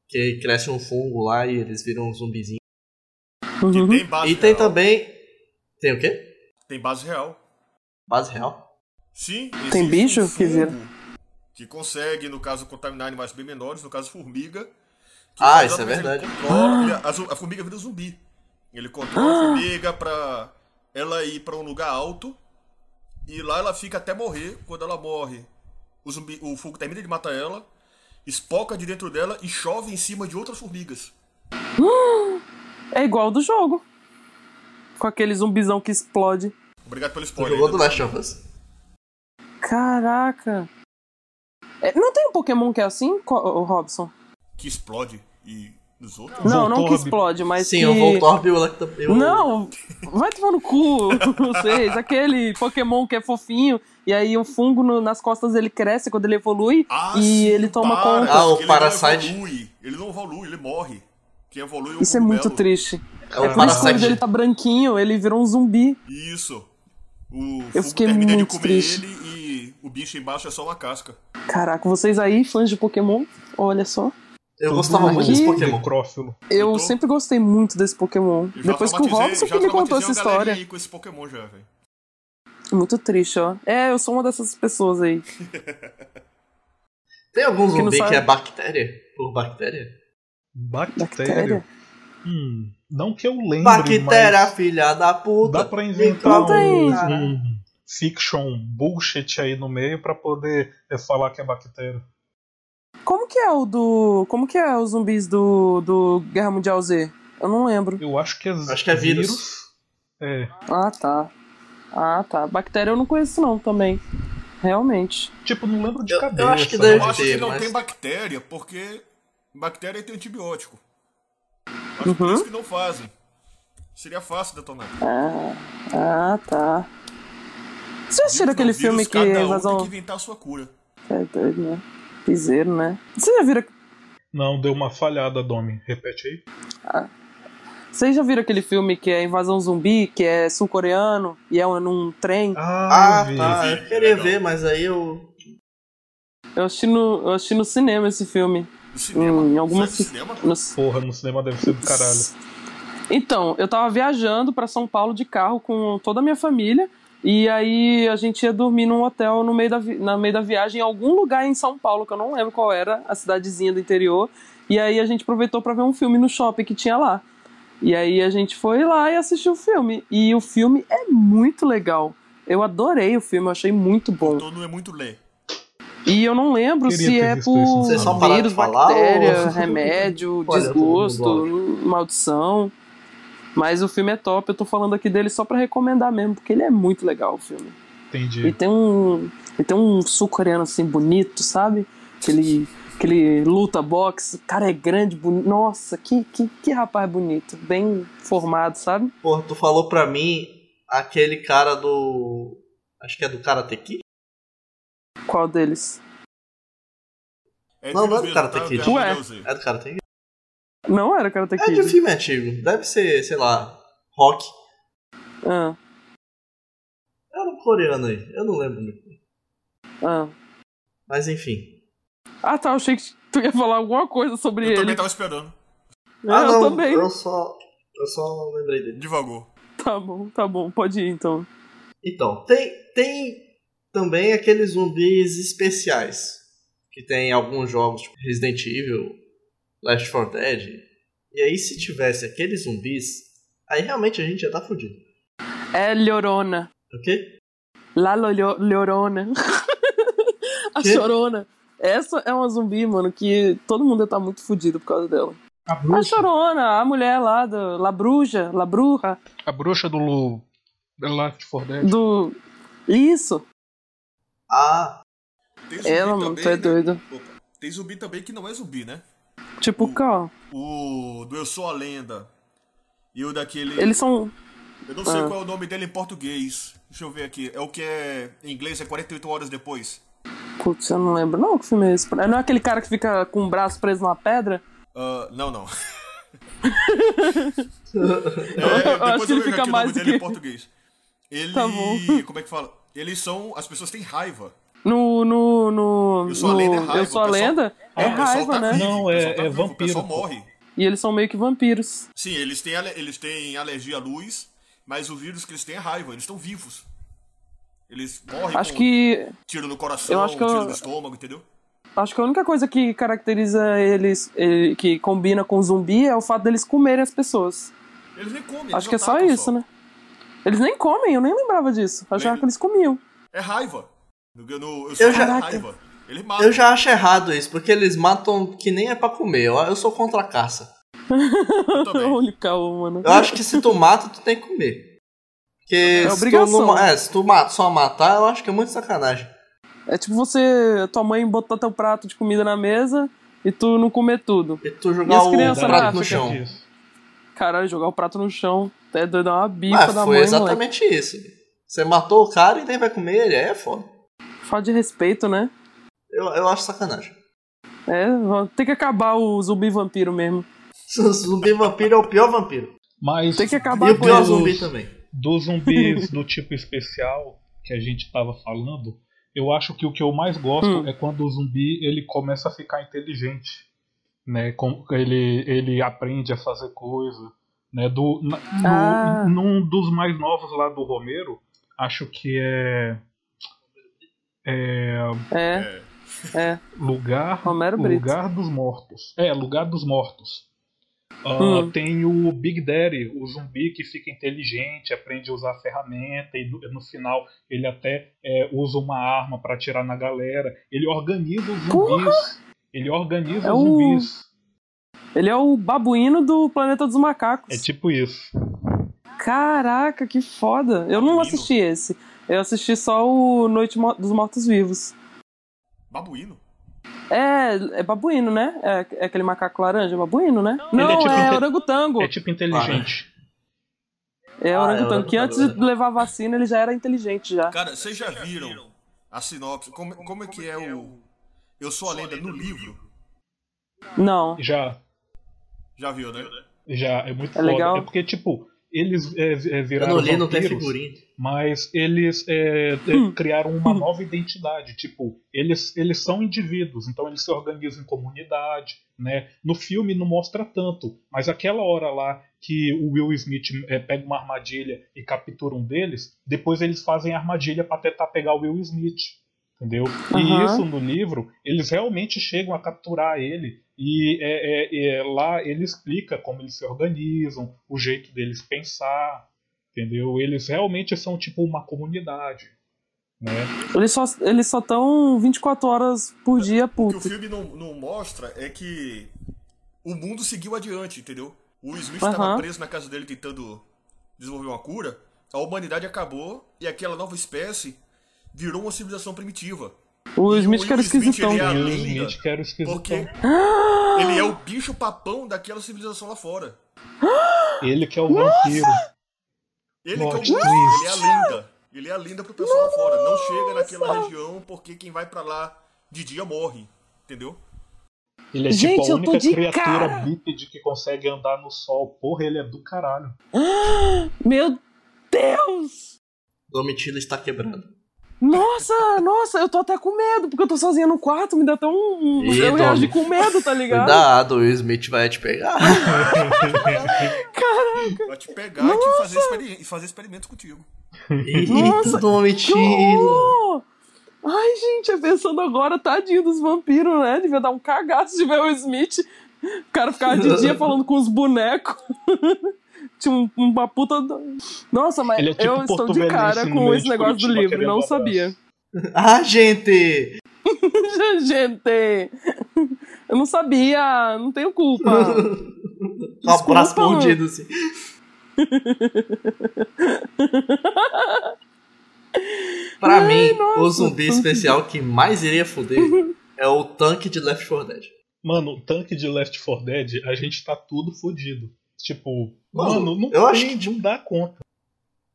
S1: Que cresce um fungo lá e eles viram um zumbizinho.
S4: E
S2: uhum.
S4: tem base
S1: E tem
S4: real.
S1: também. Tem o quê?
S4: Tem base real.
S1: Base real.
S4: Sim.
S2: Tem
S4: existe
S2: bicho
S4: um
S2: que vira?
S4: fungo Que consegue, no caso, contaminar animais bem menores, no caso, formiga. que
S1: Ah,
S4: faz
S1: isso é
S4: exatamente, ele
S1: verdade.
S4: controla- ele- a, zu- a formiga vira zumbi. Ele controla
S1: Ah.
S4: a formiga pra ela ir pra um lugar alto. E lá ela fica até morrer. Quando ela morre, o, zumbi, o fungo termina de matar ela, espoca de dentro dela e chove em cima de outras formigas.
S2: É igual do jogo. Com aquele zumbizão que explode.
S4: Obrigado pelo
S1: Tu
S4: spoiler. né?
S1: jogou do
S4: ainda.
S1: Last of Us?
S2: Caraca! É, não tem um Pokémon que é assim, Co- o Robson?
S4: Que explode. E nos outros.
S2: Não, não que
S3: Voltorb.
S2: explode, mas
S1: Sim,
S2: que...
S1: eu vou Torb e o Electabuzz. eu-
S2: Não, vai tomar no cu vocês. Aquele Pokémon que é fofinho e aí um fungo no- nas costas ele cresce quando ele evolui
S4: Ah,
S2: e
S4: sim,
S2: ele toma
S4: para,
S2: conta.
S1: Ah, o
S4: porque ele não
S1: Parasite.
S4: evolui, Ele não evolui, ele morre. Quem evolui é o
S2: Isso é muito
S4: cogumelo.
S2: triste.
S1: É o
S2: Por isso que
S1: Parasite.
S2: hoje ele tá branquinho, ele virou um zumbi.
S4: Isso. O
S2: Eu
S4: fungo
S2: fiquei
S4: termina
S2: muito
S4: de comer
S2: triste.
S4: ele e o bicho embaixo é só uma casca.
S2: Caraca, vocês aí, fãs de Pokémon, olha só.
S1: Eu gostava muito
S2: aqui.
S1: desse Pokémon.
S3: é Necrófilo.
S2: Eu
S4: Então-
S2: sempre gostei muito desse Pokémon.
S4: Eu já
S2: Depois que o
S4: traumatizei-
S2: Robson
S4: já
S2: que me contou essa
S4: traumatizei uma galerinha
S2: história.
S4: aí com esse Pokémon já, velho.
S2: Muito triste, ó. É, eu sou uma dessas pessoas aí.
S1: Tem algum
S2: Que não
S1: zumbi
S2: sabe.
S1: que é bactéria? Por bactéria?
S2: Bactéria?
S3: Bactéria? Hum, não que eu lembre,
S1: Bactéria,
S3: mas
S1: filha da puta.
S3: dá pra inventar
S2: conta
S3: um,
S2: aí.
S3: um fiction bullshit aí no meio pra poder é, falar que é bactéria.
S2: Como que é o do. Como que é os zumbis do, do Guerra Mundial Z? Eu não lembro.
S3: Eu acho que é,
S1: Acho que é vírus.
S3: É.
S2: Ah, tá. Ah, tá. Bactéria eu não conheço não também. Realmente.
S3: Tipo, não lembro de
S1: Eu- eu
S3: cabeça.
S1: acho que
S3: né?
S1: deve-
S4: Eu acho que
S1: ter,
S4: não
S1: mas-
S4: tem bactéria, porque bactéria tem antibiótico. Acho que por
S2: Uhum.
S4: isso que não fazem. Seria fácil detonar.
S2: Ah, tá. Vocês já assistiram aquele
S4: Vírus,
S2: filme que é
S4: cada um
S2: invasão...
S4: tem que inventar a sua cura.
S2: É doido, né? Piseiro, né? Vocês já viram
S3: Não, deu uma falhada, Domi. Repete aí.
S2: Vocês já viram aquele filme que é Invasão Zumbi, que é sul-coreano e é um- num trem?
S3: Ah,
S1: Ah,
S3: eu vi.
S1: tá. Eu queria ver, mas aí eu.
S2: Eu assisti no, eu assisti no cinema esse filme.
S4: No cinema.
S2: Em algumas-
S4: Sabe cinema?
S2: No-
S3: Porra, no cinema deve ser do caralho.
S2: Então, eu tava viajando pra São Paulo de carro com toda a minha família. E aí a gente ia dormir num hotel no meio da, vi- na meio da viagem, em algum lugar em São Paulo, que eu não lembro qual era, a cidadezinha do interior. E aí a gente aproveitou pra ver um filme no shopping que tinha lá. E aí a gente foi lá e assistiu o filme. E o filme é muito legal. Eu adorei o filme, eu achei muito bom.
S4: Todo é muito lê.
S2: E eu não lembro
S3: Queria
S2: se
S3: ter
S2: é
S3: visto isso.
S2: por
S1: Vocês só pararam de
S2: vírus,
S1: falar,
S2: bactéria,
S1: ou-
S2: remédio,
S1: Olha, todo mundo
S2: desgosto, maldição. Mas o filme é top, eu tô falando aqui dele só pra recomendar mesmo, porque ele é muito legal o filme. E
S3: Entendi.
S2: tem um. E tem um sul-coreano assim bonito, sabe? Aquele, aquele luta boxe, o cara é grande, bonito. Nossa, que, que, que rapaz bonito, bem formado, sabe?
S1: Porra, tu falou pra mim aquele cara do. Acho que é do Karate Kid?
S2: Qual deles?
S4: É
S1: Não, não é do
S4: mesmo,
S1: Karate
S4: tá?
S1: Kid.
S4: Pelo
S2: Ué.
S4: amor de Deus, aí.
S1: É do Karate Kid?
S2: Não era Karate
S1: É de
S2: Kid.
S1: filme antigo. Deve ser, sei lá, rock.
S2: Ah,
S1: Era um coreano aí, eu não lembro. muito.
S2: ah.
S1: Mas enfim.
S2: ah, tá, eu achei que tu ia falar alguma coisa sobre
S4: Eu
S2: ele.
S4: também tava esperando.
S1: ah,
S2: eu
S1: não,
S2: também.
S1: eu só. Eu só lembrei dele.
S4: Devagou.
S2: Tá bom, tá bom, pode ir então.
S1: Então, tem, tem também aqueles zumbis especiais. Que tem alguns jogos, tipo Resident Evil, Last 4 Dead. E aí, se tivesse aqueles zumbis, aí realmente a gente ia tá fudido,
S2: É Llorona.
S1: ok?
S2: La Lolho- Llorona. a
S1: Quê?
S2: Chorona. Essa é uma zumbi, mano, que todo mundo ia tá muito fudido por causa dela.
S3: A
S2: A
S3: bruxa,
S2: Chorona, a mulher lá do La Bruja, La Bruja,
S3: a bruxa do Lu- The Left 4 Dead.
S2: do... Isso.
S1: Ah,
S4: Tem zumbi
S2: Ela, mano,
S4: também,
S2: tu é
S4: né?
S2: doido.
S4: Opa. Tem zumbi também que não é zumbi, né?
S2: Tipo, qual?
S4: O do Eu Sou a Lenda. E o daquele.
S2: Eles são...
S4: Eu não sei
S2: Ah.
S4: qual é o nome dele em português. Deixa eu ver aqui. É o que é em inglês, é 48 horas depois.
S2: Putz, eu não lembro não que filme é esse. Não é aquele cara que fica com o braço preso numa pedra?
S4: Ah, não, não.
S2: Eu acho que ele
S4: vejo
S2: fica
S4: aqui o
S2: mais
S4: nome
S2: que-
S4: dele em português. Ele.
S2: Tá bom.
S4: Como é que fala? Eles são. As pessoas têm raiva.
S2: No... no, no
S4: Eu Sou a Lenda é
S2: no-
S4: raiva,
S2: Eu Sou a
S4: o pessoal-
S2: Lenda?
S4: Ah,
S2: é
S4: o pessoal
S2: raiva,
S4: tá
S2: né?
S4: vivo,
S3: Não,
S4: o pessoal
S3: é-
S4: tá
S3: é
S4: vivo,
S3: vampiro,
S4: O pessoal
S3: pô.
S4: morre.
S2: E eles são meio que vampiros.
S4: Sim, eles têm, ale- eles têm alergia à luz, mas o vírus que eles têm é raiva, eles estão vivos. Eles morrem
S2: Acho
S4: com
S2: que
S4: tiro no coração,
S2: eu acho que eu-
S4: tiro no estômago, entendeu?
S2: acho que a única coisa que caracteriza eles, eh, que combina com zumbi, é o fato deles comerem as pessoas.
S4: Eles nem comem.
S2: acho que é só isso, né? Eles nem comem, eu nem lembrava disso. Eu Achava
S4: Nem-
S2: que eles comiam.
S4: É raiva. No, no, eu sou
S1: já-
S4: a raiva. Ele mata.
S1: eu já acho errado isso, porque eles matam que nem é pra comer. Eu, eu sou contra a caça.
S4: eu também.
S2: Olha o caô, mano.
S1: Eu acho que se tu mata, tu tem que comer. Porque se, tu
S2: obrigação. né?
S1: não, ma- é, se tu ma- só matar, eu acho que é muito sacanagem.
S2: É tipo você, tua mãe botar teu prato de comida na mesa e tu não comer tudo.
S1: E tu
S2: E
S1: jogar
S2: as
S1: o
S2: crianças é na
S1: prato no
S2: África?
S1: chão.
S2: Caralho, jogar o prato no chão, até doido, dar uma bifa
S1: Mas
S2: da
S1: Ah, foi
S2: mãe, moleque.
S1: exatamente isso. Você matou o cara e nem vai comer ele, aí é foda.
S2: Falta de respeito, né?
S1: Eu, eu acho sacanagem.
S2: É, tem que acabar o zumbi vampiro mesmo.
S1: Zumbi vampiro é o pior vampiro.
S3: Mas
S2: Tem que acabar
S1: E o
S2: com
S1: pior
S2: ele.
S1: zumbi também.
S3: dos zumbis do tipo especial que a gente tava falando, eu acho que o que eu mais gosto
S2: Hum.
S3: é quando o zumbi ele começa a ficar inteligente, né? Com, ele ele aprende a fazer coisa, né? Do na- no-
S2: Ah.
S3: num dos mais novos lá do Romero, acho que é
S2: É.
S4: É.
S3: lugar
S2: Romero Brito.
S3: lugar dos mortos. É lugar dos mortos. Ah,
S2: Hum.
S3: Tem o Big Daddy, o zumbi que fica inteligente, aprende a usar a ferramenta e no, no final ele até é, usa uma arma pra atirar na galera. Ele organiza os zumbis. Ele organiza
S2: É
S3: os
S2: o-
S3: zumbis.
S2: Ele é o babuíno do planeta dos macacos.
S3: É tipo isso.
S2: Caraca, que foda. Eu não
S4: Babuíno.
S2: assisti esse. Eu assisti só o Noite Mo- dos Mortos Vivos.
S4: Babuíno?
S2: É, é babuíno, né? É, é aquele macaco laranja, é babuíno, né?
S3: Não, ele é
S2: Não,
S3: tipo
S2: é
S3: um pe-
S2: orangotango.
S3: É tipo inteligente.
S2: É
S1: Ah, é
S2: orangotango, que
S1: orangotango,
S2: antes de
S1: verdade.
S2: levar a vacina ele já era inteligente já.
S4: Cara, vocês já viram a sinopse? Como, como é que é o Eu Sou a Lenda no livro?
S2: Não.
S3: Já,
S4: Já viu, né?
S3: já, é muito
S2: É
S3: foda.
S2: legal.
S3: É porque, tipo, eles é, é,
S1: Eu
S3: viraram
S1: não li, não tem
S3: vampiros,
S1: figurinha.
S3: mas eles é, é, criaram uma nova identidade. Tipo, eles, eles são indivíduos, então eles se organizam em comunidade, né? No filme não mostra tanto, mas aquela hora lá que o Will Smith é, pega uma armadilha e captura um deles, depois eles fazem a armadilha pra tentar pegar o Will Smith. Entendeu? E
S2: Aham.
S3: isso no livro, eles realmente chegam a capturar ele. E é, é, é, lá ele explica como eles se organizam, o jeito deles pensar, entendeu? Eles realmente são tipo uma comunidade, né?
S2: Eles só eles só estão 24 horas por dia
S4: O que o
S2: puto.
S4: filme não, não mostra é que o mundo seguiu adiante, entendeu? O Will Smith
S2: Aham.
S4: estava preso na casa dele tentando desenvolver uma cura, a humanidade acabou e aquela nova espécie virou uma civilização primitiva.
S2: O
S4: E
S2: Smith
S4: o
S2: que era
S4: Will Smith,
S2: esquisitão.
S4: ele É a
S3: Will
S4: lenda,
S3: Smith que era o esquisitão.
S4: Porque ele é o bicho papão daquela civilização lá fora.
S3: Ele que é o vampiro.
S4: Ele
S3: Plot
S4: que é o monstro,
S3: twist.
S4: ele é a lenda. Ele é a lenda pro pessoal lá fora. Não chega naquela região porque quem vai pra lá de dia morre, entendeu?
S3: Ele é
S2: Gente,
S3: tipo a
S2: eu tô
S3: única
S2: de
S3: criatura
S2: cara.
S3: bípede que consegue andar no sol. Porra, ele é do caralho.
S2: Meu Deus!
S1: Domitila está quebrando.
S2: Nossa, nossa, eu tô até com medo, porque eu tô sozinha no quarto, me dá até um.
S1: Ih,
S2: eu reagi
S1: Domi.
S2: com medo, tá ligado?
S1: Cuidado, o Will Smith vai te pegar.
S4: Vai te pegar e te fazer, experi- e fazer experimentos contigo.
S2: Nossa,
S1: Eita,
S2: Que
S1: Domitila.
S2: horror! Oh! Ai, gente, é pensando agora, tadinho dos vampiros, né? Devia dar um cagaço de ver o Smith. O cara ficava de dia falando com os bonecos. Tinha um- uma puta. do- Nossa, mas
S3: Ele é tipo
S2: eu estou de
S3: portuguelense
S2: cara
S3: no
S2: com
S3: meio
S2: esse
S3: de
S2: negócio do
S3: Curitiba
S2: livro,
S3: querendo
S2: não
S3: abraço.
S2: sabia.
S1: Ah, gente!
S2: gente, eu não sabia, não tenho culpa.
S1: Um abraço
S2: Desculpa.
S1: mordido, assim. pra mim, o zumbi especial que mais iria foder é o tanque de Left 4 Dead.
S3: Mano, o tanque de Left 4 Dead, a gente tá tudo fodido. Tipo,
S1: Mano,
S3: mano, não
S1: eu
S3: tem,
S1: acho que-
S3: não dá conta.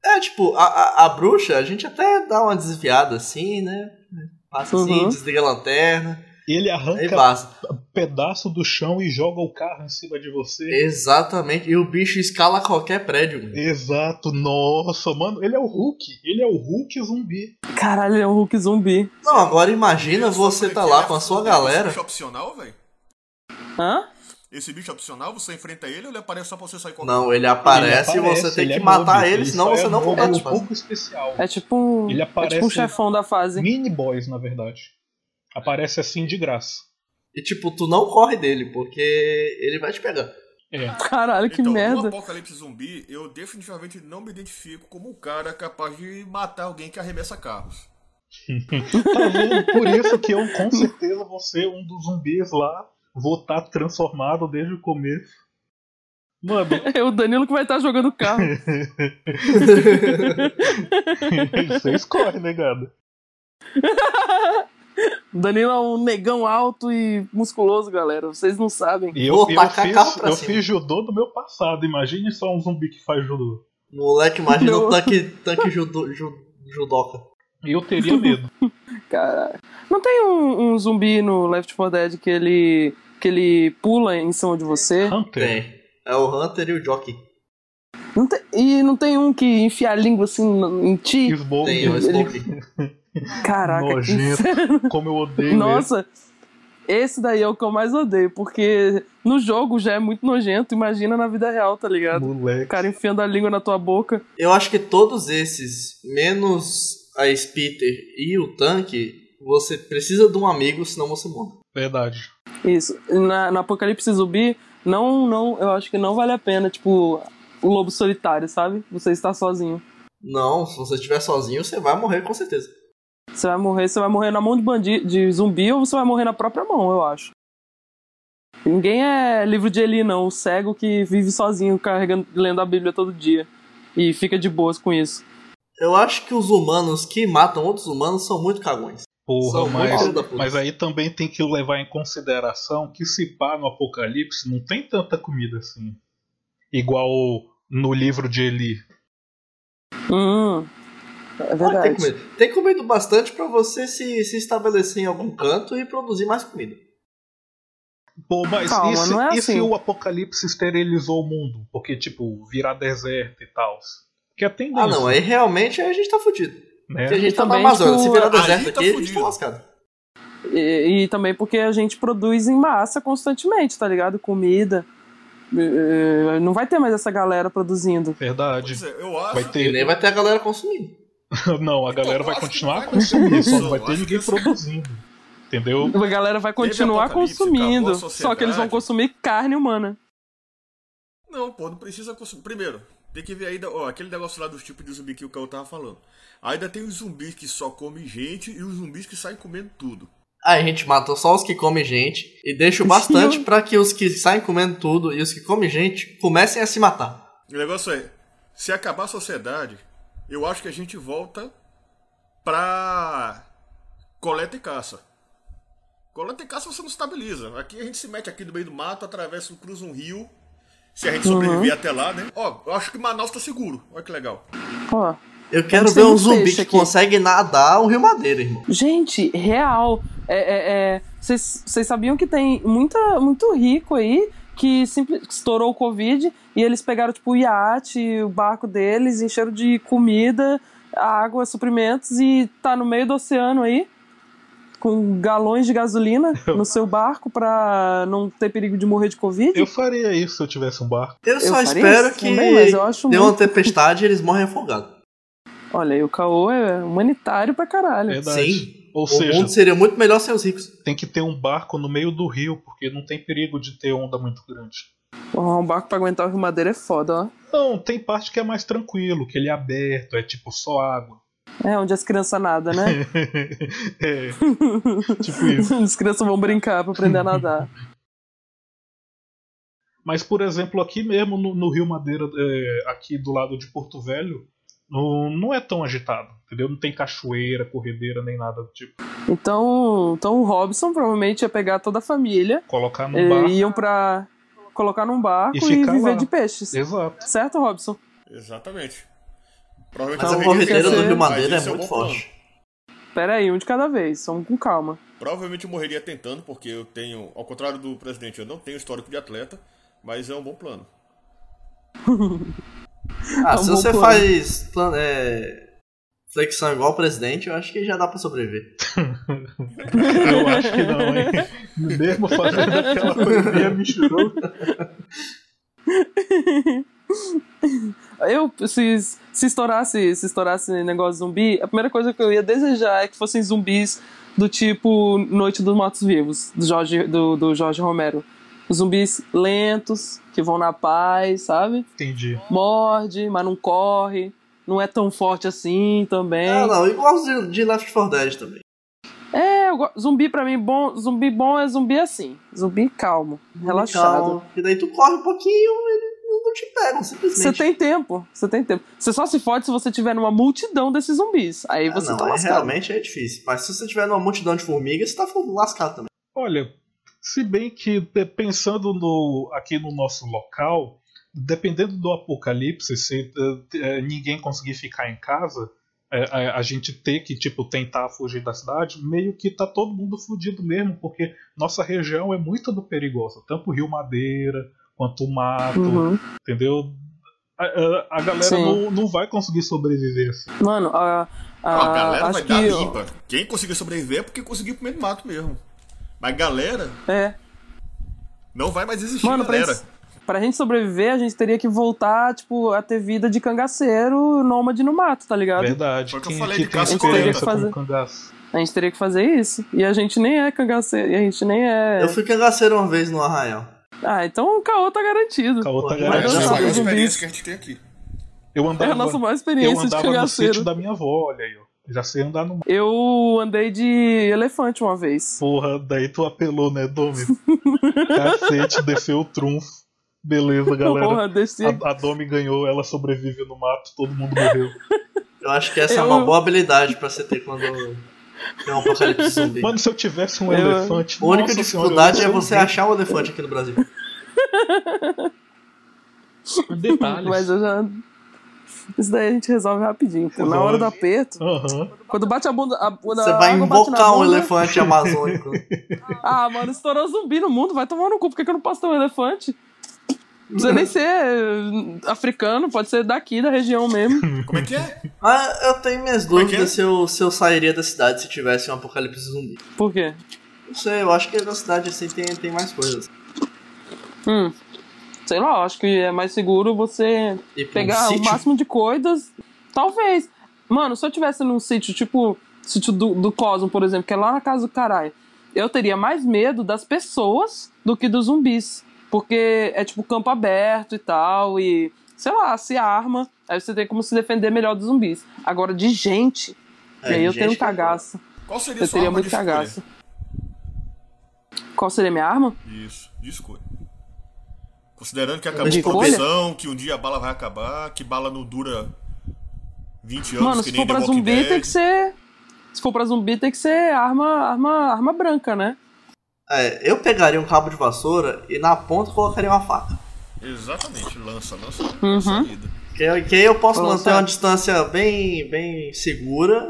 S1: É, tipo, a, a, a bruxa, a gente até dá uma desviada assim, né? Passa assim,
S2: Uhum.
S1: desliga a lanterna,
S3: Ele
S1: aí
S3: arranca um
S1: passa.
S3: pedaço do chão e joga o carro em cima de você.
S1: Exatamente, e o bicho escala qualquer prédio. mano.
S3: Exato, nossa, mano, ele é o Hulk. Ele é o Hulk zumbi.
S2: Caralho, ele é um Hulk zumbi.
S1: Não, agora imagina você tá lá com a sua
S4: é Esse
S1: galera.
S4: bicho é opcional, velho?
S2: Hã?
S4: Esse bicho é opcional, você enfrenta ele ou ele aparece só pra você sair correndo?
S1: Não, ele aparece, e você tem
S3: ele
S1: que
S3: é
S1: matar
S3: noob,
S1: ele, senão
S3: só
S1: você
S3: é
S1: não
S3: noob,
S1: completa
S3: É
S1: o
S3: um
S1: passo.
S3: pouco especial.
S2: É tipo um.
S3: Ele
S2: É tipo um
S3: aparece-
S2: chefão da fase.
S3: Mini boys, na verdade. Aparece assim de graça.
S1: E tipo, tu não corre dele, porque ele vai te pegar.
S3: É.
S2: Caralho, que
S4: então, no
S2: merda.
S4: apocalipse zumbi, eu definitivamente não me identifico como um cara capaz de matar alguém que arremessa carros.
S3: Tá vendo? Por isso que eu com certeza vou ser um dos zumbis lá. Vou estar transformado desde o começo. Mano,
S2: É o Danilo que vai estar jogando carro.
S3: você escolhe, né, gado?
S2: O Danilo é um negão alto e musculoso, galera. Vocês não sabem.
S3: E eu,
S1: Vou
S3: eu,
S1: tacar carro
S3: fiz,
S1: pra
S3: eu
S1: cima.
S3: fiz judô do meu passado. Imagine só um zumbi que faz judô.
S1: Moleque, imagina
S2: Não.
S1: um tanque, tanque judo, ju- judoca.
S3: Eu teria medo.
S2: Caralho. Não tem um, um zumbi no Left 4 Dead que ele, que ele pula em cima de você?
S3: Hunter.
S1: Tem. É o Hunter e o Jockey.
S2: Não tem- e não tem um que enfia a língua assim no- em ti?
S3: Esbom,
S1: Tem o Smoke.
S2: Caraca, que
S3: Nojento.
S2: inferno.
S3: como eu odeio ele.
S2: Nossa, esse daí é o que eu mais odeio, porque no jogo já é muito nojento, imagina na vida real, tá ligado? O
S3: Moleque.
S2: cara enfiando a língua na tua boca.
S1: Eu acho que todos esses, menos a Spitter e o tanque, você precisa de um amigo, senão você morre.
S3: Verdade.
S2: Isso. Na, no Apocalipse Zumbi, não, não, eu acho que não vale a pena, tipo, o lobo solitário, sabe? Você está sozinho.
S1: Não, se você estiver sozinho, você vai morrer com certeza.
S2: Você vai morrer, você vai morrer na mão de bandido, de zumbi, ou você vai morrer na própria mão, eu acho. Ninguém é livro de Eli, não. O cego que vive sozinho, carregando, lendo a Bíblia todo dia. e fica de boas com isso.
S1: Eu acho que os humanos que matam outros humanos são muito cagões.
S3: Porra,
S1: São
S3: mas,
S1: muito filho da puta.
S3: mas aí também tem que levar em consideração que se pá no apocalipse não tem tanta comida assim. Igual no livro de Eli.
S2: Hum, é
S1: Pode ter
S2: verdade.
S1: comido. Tem comido bastante pra você se, se estabelecer em algum canto e produzir mais comida.
S3: Pô, mas
S2: Calma,
S3: e, se,
S2: não é
S3: e se
S2: assim.
S3: o apocalipse esterilizou o mundo? Porque, tipo, virar deserto e tal. Que é tendência,
S1: Ah, não, aí realmente a gente tá fudido.
S3: né?
S1: Porque a gente tá na
S2: Também,
S1: Amazônia.
S2: tipo,
S1: Se virar
S4: aí
S1: deserto
S4: tá
S1: aqui, a gente tá
S4: fudido.
S1: lascado.
S2: E, e também porque a gente produz em massa constantemente, tá ligado? Comida. Eh, eh, Não vai ter mais essa galera produzindo.
S3: Verdade.
S4: Pois é, eu acho.
S3: Vai
S1: E
S3: ter.
S1: nem vai ter a galera consumindo.
S3: Não, a galera vai
S4: acho que
S3: continuar
S4: vai
S3: consumindo, só
S4: acontecer
S3: não vai
S4: isso,
S3: ter
S4: acho
S3: ninguém
S4: que isso-
S3: produzindo. Entendeu?
S2: A galera vai continuar
S4: apocalipse,
S2: consumindo.
S4: acabou a
S2: Só que eles vão
S4: sociedade.
S2: consumir carne humana.
S4: Não, pô, não precisa consumir. Primeiro, tem que ver ainda, ó, aquele negócio lá dos tipos de zumbi que o Caio tava falando. Ainda tem os zumbis que só comem gente e os zumbis que saem comendo tudo.
S1: Aí a gente mata só os que comem gente e deixa o bastante pra que os que saem comendo tudo e os que comem gente comecem a se matar.
S4: O negócio é, se acabar a sociedade, eu acho que a gente volta pra coleta e caça. Coleta e caça você não estabiliza. Aqui a gente se mete aqui no meio do mato, atravessa, cruza um rio. Se a gente
S1: Uhum.
S4: sobreviver até lá, né? Ó, eu acho que Manaus tá seguro. Olha que legal.
S2: Ó,
S1: Eu quero
S2: Vamos
S1: ver
S2: ter
S1: um
S2: um
S1: zumbi
S2: peixe
S1: que
S2: aqui.
S1: consegue nadar o Rio Madeira, irmão.
S2: Gente, real. É, é, é, Vocês vocês sabiam que tem muita, muito rico aí que simples, estourou o Covid e eles pegaram tipo, o iate, o barco deles, encheram de comida, água, suprimentos e tá no meio do oceano aí com galões de gasolina no seu barco pra não ter perigo de morrer de Covid?
S3: Eu faria isso se eu tivesse um barco.
S1: Eu,
S2: Eu
S1: só
S2: faria
S1: espero
S2: isso
S1: que
S2: também, mas eu acho
S1: dê uma
S2: muito-
S1: tempestade e eles morrem afogados.
S2: Olha, e o caô é humanitário pra caralho.
S3: Verdade.
S1: Sim.
S3: Ou
S1: o
S3: seja,
S1: mundo seria muito melhor sem os ricos.
S3: tem que ter um barco no meio do rio, porque não tem perigo de ter onda muito grande.
S2: Porra, um barco pra aguentar o Rio Madeira é foda, ó.
S3: Não, tem parte que é mais tranquilo, que ele é aberto, é tipo só água.
S2: É onde as crianças nadam, né?
S3: é, tipo isso.
S2: As crianças vão brincar pra aprender a nadar.
S3: Mas, por exemplo, aqui mesmo no, no Rio Madeira, é, aqui do lado de Porto Velho, não, não é tão agitado, entendeu? Não tem cachoeira, corredeira, nem nada do tipo.
S2: Então, então o Robson provavelmente ia pegar toda a família,
S3: Colocar num
S2: eh,
S3: bar.
S2: iam pra colocar num barco
S3: Um E
S2: e,
S3: ficar
S2: viver
S3: lá.
S2: de peixes.
S3: Exato.
S2: Certo, Robson?
S4: Exatamente.
S1: Mas
S2: Então,
S1: a
S2: vou
S1: corredeira do
S2: esquecer,
S1: Rio Madeira é
S4: esse o
S1: muito
S4: bom plano.
S1: forte.
S2: Pera aí, um de cada vez, vamos com calma.
S4: Provavelmente eu morreria tentando, porque eu tenho, ao contrário do presidente, eu não tenho histórico de atleta, mas é um bom plano.
S1: Ah,
S2: É um
S1: se
S2: bom
S1: você
S2: plano.
S1: faz plan- é, flexão igual o presidente, eu acho que já dá pra sobreviver.
S3: Eu acho que não, hein? Mesmo fazendo aquela coisinha, me churou.
S2: Eu, se, se estourasse, se estourasse negócio de zumbi, a primeira coisa que eu ia desejar é que fossem zumbis do tipo Noite dos Mortos Vivos, do Jorge, do, do Jorge Romero. Zumbis lentos, que vão na paz, sabe?
S3: Entendi.
S2: morde, mas não corre, não é tão forte assim também.
S1: Não, Ah, não, igual os de, de Left 4 Dead também.
S2: É, eu go- zumbi pra mim bom, zumbi bom é zumbi assim, zumbi calmo, relaxado.
S1: Então, e daí tu corre um pouquinho e eles não não te pegam,
S2: Você
S1: simplesmente.
S2: tem tempo, você tem tempo. Você só se fode se você tiver numa multidão desses zumbis. Aí
S1: Ah,
S2: você
S1: não,
S2: tá
S1: aí
S2: lascado.
S1: realmente é difícil. Mas se você tiver numa multidão de formigas, você tá fu- lascado também.
S3: Olha, se bem que pe- pensando no- aqui no nosso local, dependendo do apocalipse, se eh, t- eh, ninguém conseguir ficar em casa, eh, a, a gente ter que tipo tentar fugir da cidade, meio que tá todo mundo fudido mesmo, porque nossa região é muito do perigosa, tanto o Rio Madeira quanto o mato,
S2: Uhum.
S3: entendeu? A, a- a galera
S2: Sim.
S3: não, não vai conseguir sobreviver. assim.
S2: Mano, a, a,
S4: a galera
S2: acho
S4: vai
S2: que
S4: dar limpa. Quem conseguir sobreviver é porque conseguiu comer no mato mesmo. Mas galera,
S2: é,
S4: não vai mais existir
S2: mano, pra
S4: galera.
S2: gente, pra gente sobreviver, a gente teria que voltar, tipo, a ter vida de cangaceiro, nômade no mato, tá ligado?
S3: Verdade.
S4: Foi o que eu
S3: Quem
S4: falei
S3: aqui
S4: de
S3: tem
S4: caça e
S3: experiência
S2: colheita.
S3: com um cangaço?
S2: A gente teria que fazer isso. E a gente nem é cangaceiro, e a gente nem é
S1: Eu fui cangaceiro uma vez no arraial.
S2: Ah, então o caô tá garantido.
S3: Caô tá
S1: Mas
S3: garantido.
S1: já
S2: sabe.
S4: que a gente tem aqui.
S3: Eu
S2: É
S3: andava
S2: a nossa maior
S3: Eu
S2: experiência de
S3: andava no sítio
S2: cangaceiro.
S3: da minha avó, olha aí, ó. Já sei andar no
S2: Eu andei de elefante uma vez.
S3: porra, daí tu apelou, né, Domi? Cacete, desceu o trunfo. Beleza, galera.
S2: Porra, assim. desci.
S3: A, a Domi ganhou, ela sobrevive no mato, todo mundo morreu.
S1: Eu acho que essa é
S2: Eu-
S1: uma boa habilidade pra você ter quando tem um apocalipse zumbi.
S3: Mano, se eu tivesse um
S2: Eu-
S3: elefante.
S1: a única
S3: nossa senhora,
S1: dificuldade
S3: eu
S1: é você achar um elefante aqui no Brasil.
S3: Detalhes.
S2: Mas eu já. Isso daí a gente resolve rapidinho. porque na hora do aperto,
S3: Aham.
S2: quando bate a bunda. A, quando
S1: Você
S2: a
S1: vai
S2: água bate na
S1: invocar um
S2: bunda-
S1: elefante amazônico.
S2: Ah, mano, estourou zumbi no mundo, vai tomar no cu. Por que, que eu não posso ter um elefante? Não precisa nem ser eh, africano, pode ser daqui da região mesmo.
S4: Como é que é?
S1: Ah, eu tenho minhas
S4: Como é que é?
S1: dúvidas se, eu, se eu sairia da cidade se tivesse um apocalipse zumbi.
S2: Por quê?
S1: Não sei, eu acho que na cidade assim tem, tem mais coisas.
S2: Hum. Sei lá, eu acho que é mais seguro você
S1: E pra um
S2: pegar o
S1: sítio?
S2: máximo de coisas. Talvez. Mano, se eu tivesse num sítio, tipo, sítio do, do Cosmo, por exemplo, que é lá na casa do caralho, eu teria mais medo das pessoas do que dos zumbis. Porque é tipo campo aberto e tal, e sei lá, se arma, aí você tem como se defender melhor dos zumbis. Agora, de gente,
S1: É,
S2: e aí eu
S1: gente
S2: tenho um
S1: que-
S2: cagaço.
S4: Qual seria a
S2: Eu
S4: sua
S2: teria
S4: arma
S2: muito
S4: de escolha?
S2: cagaço. Qual seria minha arma?
S4: Isso, de escolha. Considerando que acabou
S2: De
S4: a
S2: escolha?
S4: produção, que um dia a bala vai acabar, que bala não dura 20 anos,
S2: Mano,
S4: que
S2: se
S4: nem
S2: for
S4: The
S2: pra
S4: Walking
S2: zumbi,
S4: Dead.
S2: tem que ser. Se for pra zumbi, tem que ser arma, arma, arma branca, né?
S1: É, eu pegaria um cabo de vassoura e na ponta colocaria uma faca.
S4: Exatamente, lança, lança,
S2: Uhum.
S4: lança a vida.
S1: Que, aí- que aí eu posso
S2: Vou
S1: manter
S2: lançar.
S1: uma distância bem, bem segura.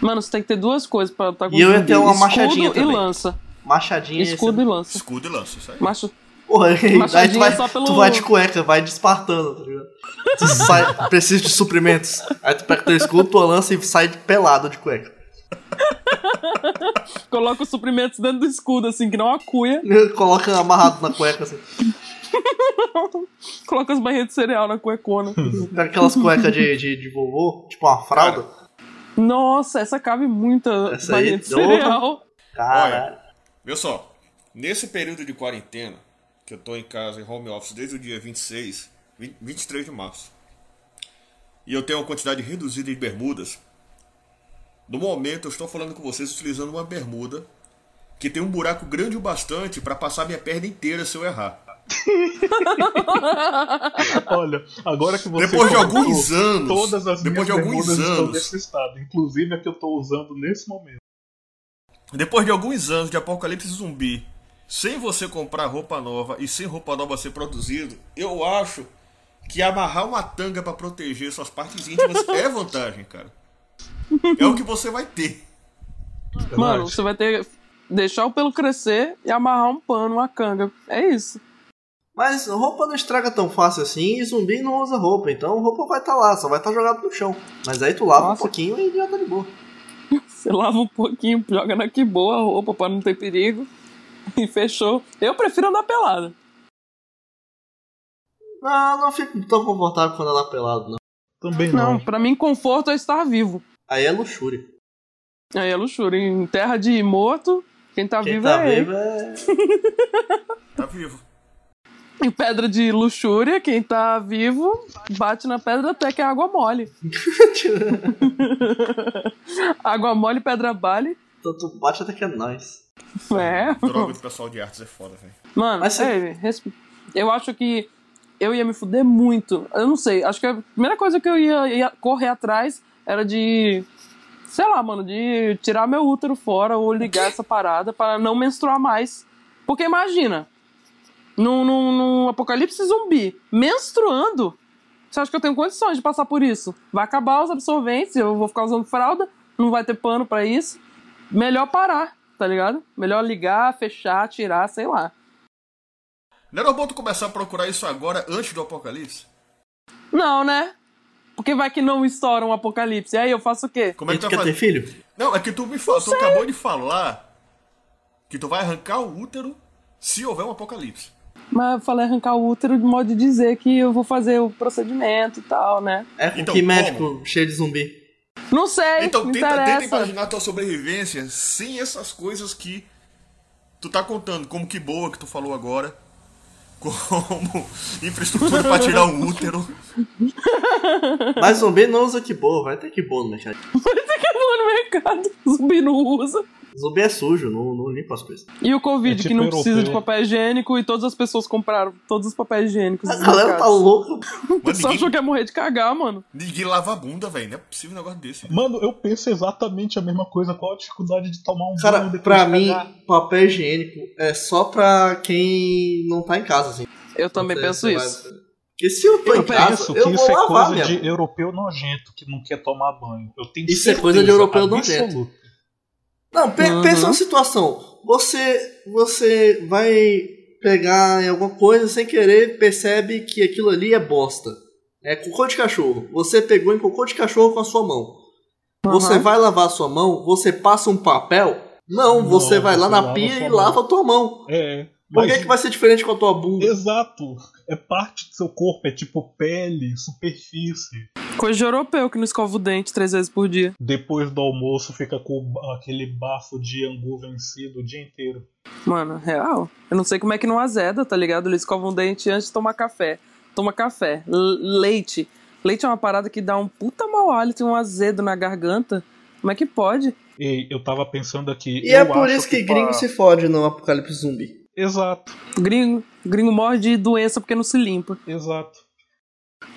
S2: Mano, você tem que ter duas coisas pra estar com
S1: E eu ia
S2: zumbi.
S1: ter uma
S2: Escudo
S1: machadinha
S2: e
S1: também.
S2: lança.
S1: Machadinha. assim,
S2: Escudo e lança.
S4: Escudo e lança, isso aí.
S2: Macho...
S1: Porra, aí tu
S2: Machadinha
S1: vai,
S2: só pelo-
S1: tu vai de cueca, vai de espartano, tá ligado? Tu sai, precisa de suprimentos. Aí tu pega teu escudo, tua lança e sai pelado de cueca.
S2: Coloca os suprimentos dentro do escudo, assim, que não a cuia.
S1: Coloca amarrado na cueca, assim.
S2: Coloca as barrinhas de cereal na cuecona.
S1: Aquelas cuecas de, de, de vovô, tipo uma fralda.
S2: Nossa, essa cabe muita
S1: Essa aí
S2: barrinha de
S1: deu-
S2: cereal.
S1: Caralho.
S4: Viu só, nesse período de quarentena, que eu tô em casa, em home office, desde o dia 26, 20, 23 de março, e eu tenho uma quantidade reduzida de bermudas, no momento eu estou falando com vocês utilizando uma bermuda que tem um buraco grande o bastante para passar minha perna inteira se eu errar.
S3: Olha, agora que você.
S4: Depois de
S3: colocou,
S4: alguns anos,
S3: Todas as minhas
S4: depois de alguns
S3: bermudas estão
S4: anos.
S3: nesse estado. Inclusive a que eu tô usando nesse momento.
S4: Depois de alguns anos de apocalipse zumbi, sem você comprar roupa nova e sem roupa nova ser produzido, eu acho que amarrar uma tanga pra proteger suas partes íntimas é vantagem, cara. É o que você vai ter.
S2: Mano,
S3: Verdade.
S2: você vai ter que deixar o pelo crescer e amarrar um pano, uma canga. É isso.
S1: Mas roupa não estraga tão fácil assim e zumbi não usa roupa, então roupa vai estar lá, só vai estar jogado no chão. Mas aí tu lava
S2: Nossa.
S1: um pouquinho e já tá de boa.
S2: Você lava um pouquinho, joga na que boa a roupa pra não ter perigo. E fechou. Eu prefiro andar pelada.
S1: Ah, Não, não fico tão confortável quando ela é pelado, não.
S3: Também não.
S2: Não, pra mim, conforto é estar vivo.
S1: Aí é luxúria.
S2: Aí é luxúria. Em terra de morto, quem tá
S1: Quem
S2: vivo
S1: tá
S2: é
S1: vivo é.
S4: Tá vivo.
S2: ele. Em pedra de luxúria, quem tá vivo bate na pedra até que é água mole. água mole, pedra bale.
S1: Tanto bate até que é nóis.
S2: É.
S4: Droga de pessoal de artes é foda, velho.
S2: Mano,
S1: Mas você-
S2: ei, respe- eu acho que eu ia me fuder muito. Eu não sei. Acho que a primeira coisa que eu ia, ia correr atrás era de. Sei lá, mano, de tirar meu útero fora ou ligar essa parada pra não menstruar mais. Porque imagina, num, num, num apocalipse zumbi, menstruando, você acha que eu tenho condições de passar por isso? Vai acabar os absorventes, eu vou ficar usando fralda, não vai ter pano pra isso. Melhor parar, tá ligado? Melhor ligar, fechar, tirar, sei lá.
S4: Não era bom tu começar a procurar isso agora, antes do apocalipse?
S2: Não, né? Porque vai que não estoura um apocalipse. E aí eu faço o quê?
S4: Como é
S1: e
S4: que
S1: tu
S4: tu
S1: quer
S4: vai
S1: ter
S4: fazer?
S1: filho?
S4: Não, é que tu me falou, tu acabou de falar que tu vai arrancar o útero se houver um apocalipse.
S2: Mas eu falei arrancar o útero de modo de dizer que eu vou fazer o procedimento e tal, né?
S1: É com
S4: Então,
S1: que
S4: como?
S1: médico cheio de zumbi.
S2: Não sei,
S4: Então
S2: não
S4: tenta, tenta
S2: É, interessa.
S4: imaginar tua sobrevivência sem essas coisas que tu tá contando, como que boa que tu falou agora, como infraestrutura pra tirar um útero.
S1: Mas zumbi não usa que boa, vai ter que boa no mercado.
S2: Mas é que eu vou no mercado, zumbi não usa.
S1: Zumbi é sujo, não, não limpa as coisas.
S2: E o Covid,
S3: É tipo
S2: que não precisa de
S3: europeu.
S2: papel higiênico e todas as pessoas compraram todos os papéis higiênicos.
S1: A galera tá
S2: desmarcados.
S1: louca.
S2: O pessoal
S4: ninguém-
S2: achou que ia morrer de cagar, mano.
S4: Ninguém lava a bunda, velho. Não é possível um negócio desse.
S3: Mano, eu penso exatamente a mesma coisa. Qual a dificuldade de tomar um banho
S1: Cara,
S3: depois
S1: pra
S3: de
S1: mim,
S3: cagar?
S1: papel higiênico é só pra quem não tá em casa, assim.
S2: Eu também
S1: Você-
S2: penso
S1: você
S2: isso.
S1: vai- E se eu tô
S3: Eu
S1: em casa,
S3: penso que
S1: eu vou
S3: isso é
S1: lavar
S3: coisa
S1: mesmo.
S3: de europeu nojento que não quer tomar banho. Eu tenho
S1: Isso é coisa de
S3: certeza
S1: europeu
S3: absoluta.
S1: nojento. Não, pe-
S2: Uhum.
S1: pensa uma situação. Você, você vai pegar em alguma coisa sem querer, percebe que aquilo ali é bosta. É cocô de cachorro. Você pegou em cocô de cachorro com a sua mão. Você
S3: Uhum.
S2: Aham.
S1: vai lavar a sua mão, você passa um papel? Não,
S3: Não,
S1: você vai lá
S3: você
S1: na
S3: lava
S1: pia
S3: sua
S1: e
S3: mão.
S1: lava a tua mão.
S3: É.
S1: Por
S3: mas-
S1: que, que vai ser diferente com a tua bunda?
S3: Exato. É parte do seu corpo, é tipo pele, superfície.
S2: Coisa de europeu que não escova o dente três vezes por dia.
S3: Depois do almoço fica com ba- aquele bafo de angu vencido o dia inteiro.
S2: Mano, real. Eu não sei como é que não azeda, tá ligado? Eles escovam o dente antes de tomar café. Toma café. L- leite. Leite é uma parada que dá um puta mau hálito e um azedo na garganta. Como é que pode?
S3: Ei, eu tava pensando aqui.
S1: E é
S3: eu
S1: por
S3: acho
S1: isso que
S3: pra-
S1: gringo se fode no apocalipse zumbi.
S3: Exato,
S2: Gringo, gringo morre de doença porque não se limpa.
S3: exato.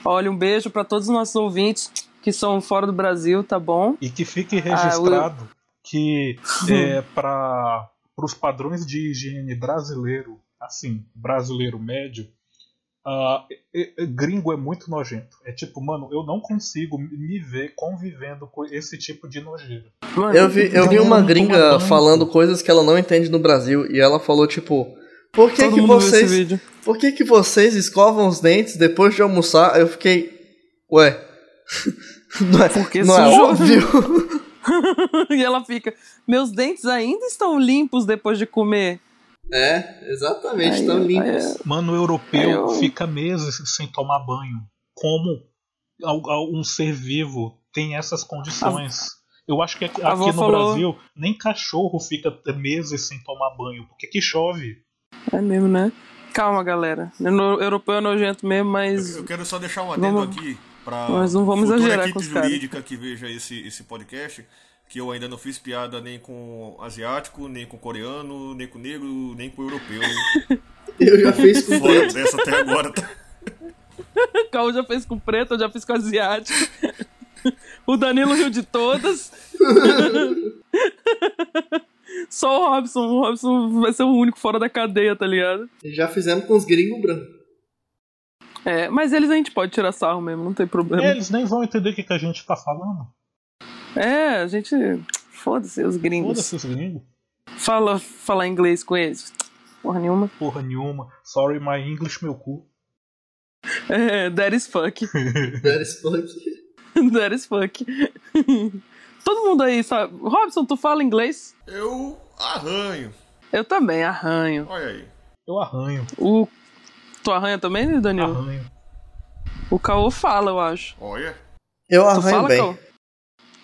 S2: Olha, um beijo pra todos os nossos ouvintes que são fora do Brasil, tá bom?
S3: E que fique
S2: Ah, eu-
S3: registrado que é para os padrões de higiene brasileiro, assim, brasileiro médio, ah, e- e- gringo é muito nojento. É tipo, mano, eu não consigo me ver convivendo com esse tipo de nojeira.
S2: Mano,
S1: Eu vi, eu vi
S3: Não,
S1: uma
S3: não toma
S1: gringa
S3: banho.
S2: né?
S1: falando coisas que ela não entende no Brasil e ela falou tipo, por que
S2: todo
S1: que
S2: mundo viu esse
S1: vocês,
S2: vídeo.
S1: por que que vocês escovam os dentes depois de almoçar? Eu fiquei, ué. Não é,
S2: Porque
S1: não é
S2: sujou.
S1: óbvio.
S2: e ela fica, meus dentes ainda estão limpos depois de comer.
S1: É, exatamente,
S2: Aí,
S1: tão
S2: aí,
S1: limpos.
S3: Mano, o europeu
S2: Eu-
S3: fica meses sem tomar banho. Como al- al- um ser vivo tem essas condições? Eu acho que aqui,
S2: A avó
S3: aqui no
S2: falou-
S3: Brasil, nem cachorro fica t- meses sem tomar banho, porque que chove.
S2: É mesmo, né? Calma, galera. No- Europeu é nojento mesmo, mas.
S4: Eu, eu quero só deixar um adendo
S2: Vamos-
S4: aqui pra
S2: Nós não vamos
S4: futura
S2: exagerar
S4: equipe
S2: com os caras.
S4: jurídica que veja esse, esse podcast, que eu ainda não fiz piada nem com asiático, nem com coreano, nem com negro, nem com europeu.
S1: Eu já fiz com
S4: Fora dessa até agora, tá?
S2: O Caô já fez com preto, eu já fiz com asiático. o Danilo riu de todas. Só o Robson. O Robson vai ser o único fora da cadeia, tá ligado?
S1: Já fizemos com os gringos brancos.
S2: É, mas eles a gente pode tirar sarro mesmo, não tem problema.
S3: É, Eles nem vão entender o que, que a gente tá falando.
S2: É, a gente. Foda-se, os gringos.
S3: Foda-se os gringos.
S2: Fala, falar inglês com eles. Porra nenhuma.
S3: Porra nenhuma. Sorry, my English, meu cu.
S2: É, that is fuck.
S1: That is fuck.
S2: That is fuck. Todo mundo aí sabe. Robson, tu fala inglês?
S4: Eu arranho.
S2: Eu também arranho.
S4: Olha aí.
S3: Eu arranho,
S2: O... Tu arranha também, Danilo?
S3: arranho.
S2: O Caô fala, eu acho.
S4: Olha.
S1: Eu
S2: tu
S1: arranho
S2: fala,
S1: bem.
S2: Caô?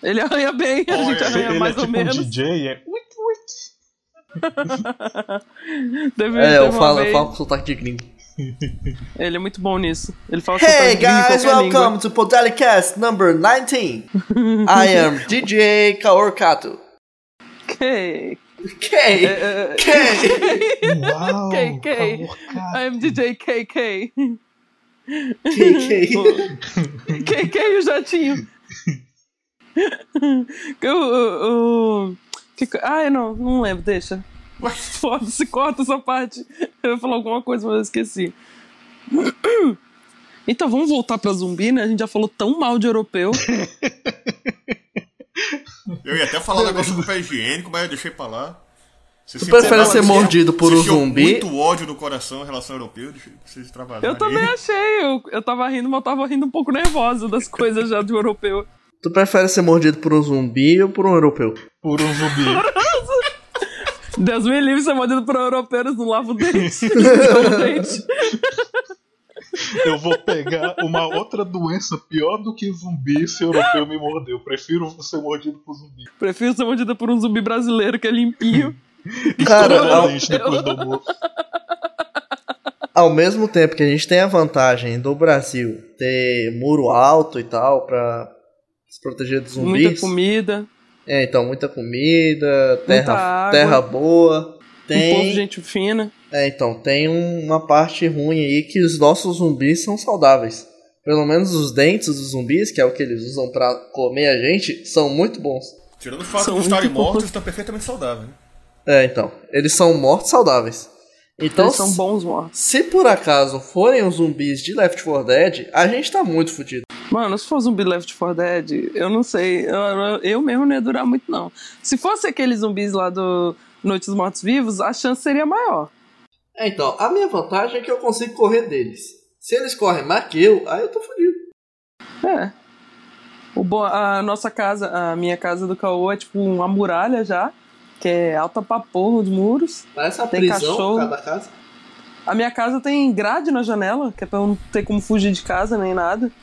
S2: Ele arranha bem, a
S4: Olha,
S2: gente arranha
S3: Ele é
S2: mais
S3: tipo
S2: ou menos.
S3: um DJ, é. Uit, uit.
S2: Teve-
S1: É,
S2: teve
S1: eu
S2: uma
S1: falo, eu
S2: vez-
S1: falo com sotaque de gringo.
S2: Ele é muito bom nisso. Ele fala
S1: Hey
S2: sotaque de gringo em
S1: guys,
S2: qualquer língua.
S1: welcome to Podalicast number 19. I am DJ Kaoru Kato.
S2: Okay.
S1: K.
S2: É, é, é,
S1: K.
S3: Uau!
S2: K, K.
S3: calor, Oh, cara.
S2: I'm DJ KK.
S1: K. K.
S2: KK e é o Jatinho. o, o, o- que co- ai, não, não lembro, deixa. Foda-se, corta essa parte. Eu ia falar alguma coisa, mas eu esqueci. Então, vamos voltar pra zumbi, né? A gente já falou tão mal de europeu.
S4: Eu ia até falar um negócio do pé higiênico, mas eu deixei pra lá. Você
S1: Tu prefere ser
S4: sentiu-
S1: mordido por um
S4: sentiu
S1: zumbi?
S4: muito ódio no coração em relação ao europeu. Deixa vocês trabalharem.
S2: Eu também
S4: aí.
S2: achei. Eu, eu tava rindo, mas eu tava rindo um pouco nervosa das coisas já do europeu.
S1: Tu prefere ser mordido por um zumbi ou por um europeu?
S3: Por um zumbi.
S2: Deus me livre, ser mordido por europeus, não lavo o dente. Escova o dente.
S3: Eu vou pegar uma outra doença pior do que zumbi se o europeu me mordeu. Eu prefiro ser mordido por zumbi.
S2: Prefiro ser mordida por um zumbi brasileiro que é limpinho.
S1: Cara,
S3: Escovar o
S1: ao,
S3: dente depois do almoço.
S1: ao mesmo tempo que a gente tem a vantagem do Brasil ter muro alto e tal pra se proteger dos zumbis,
S2: Muita comida.
S1: É, então, muita comida, terra,
S2: água.
S1: terra boa.
S2: Um povo de
S1: Tem.
S2: gente fina.
S1: É, então, tem um- uma parte ruim aí que os nossos zumbis são saudáveis. Pelo menos os dentes dos zumbis, que é o que eles usam pra comer a gente, são muito bons.
S4: Tirando o fato
S2: São
S4: de estarem
S2: muito bons.
S4: mortos, estão perfeitamente saudáveis. né?
S1: É, então. Eles são mortos saudáveis. Então,
S2: Eles são bons mortos.
S1: se por acaso forem os zumbis de Left 4 Dead, a gente tá muito fudido.
S2: Mano, se for zumbi Left 4 Dead, eu não sei. Eu, eu- eu mesmo não ia durar muito, não. Se fosse aqueles zumbis lá do Noite dos Mortos Vivos, a chance seria maior.
S1: É, então, a minha vantagem é que eu consigo correr deles. Se eles correm mais que eu, aí eu tô fudido.
S2: É. O bo- a nossa casa, a minha casa do Caô é tipo uma muralha já, que é alta pra porra os muros.
S1: Parece uma
S2: Tem
S1: prisão
S2: cachorro.
S1: cada casa.
S2: A minha casa tem grade na janela, que é pra eu não ter como fugir de casa nem nada.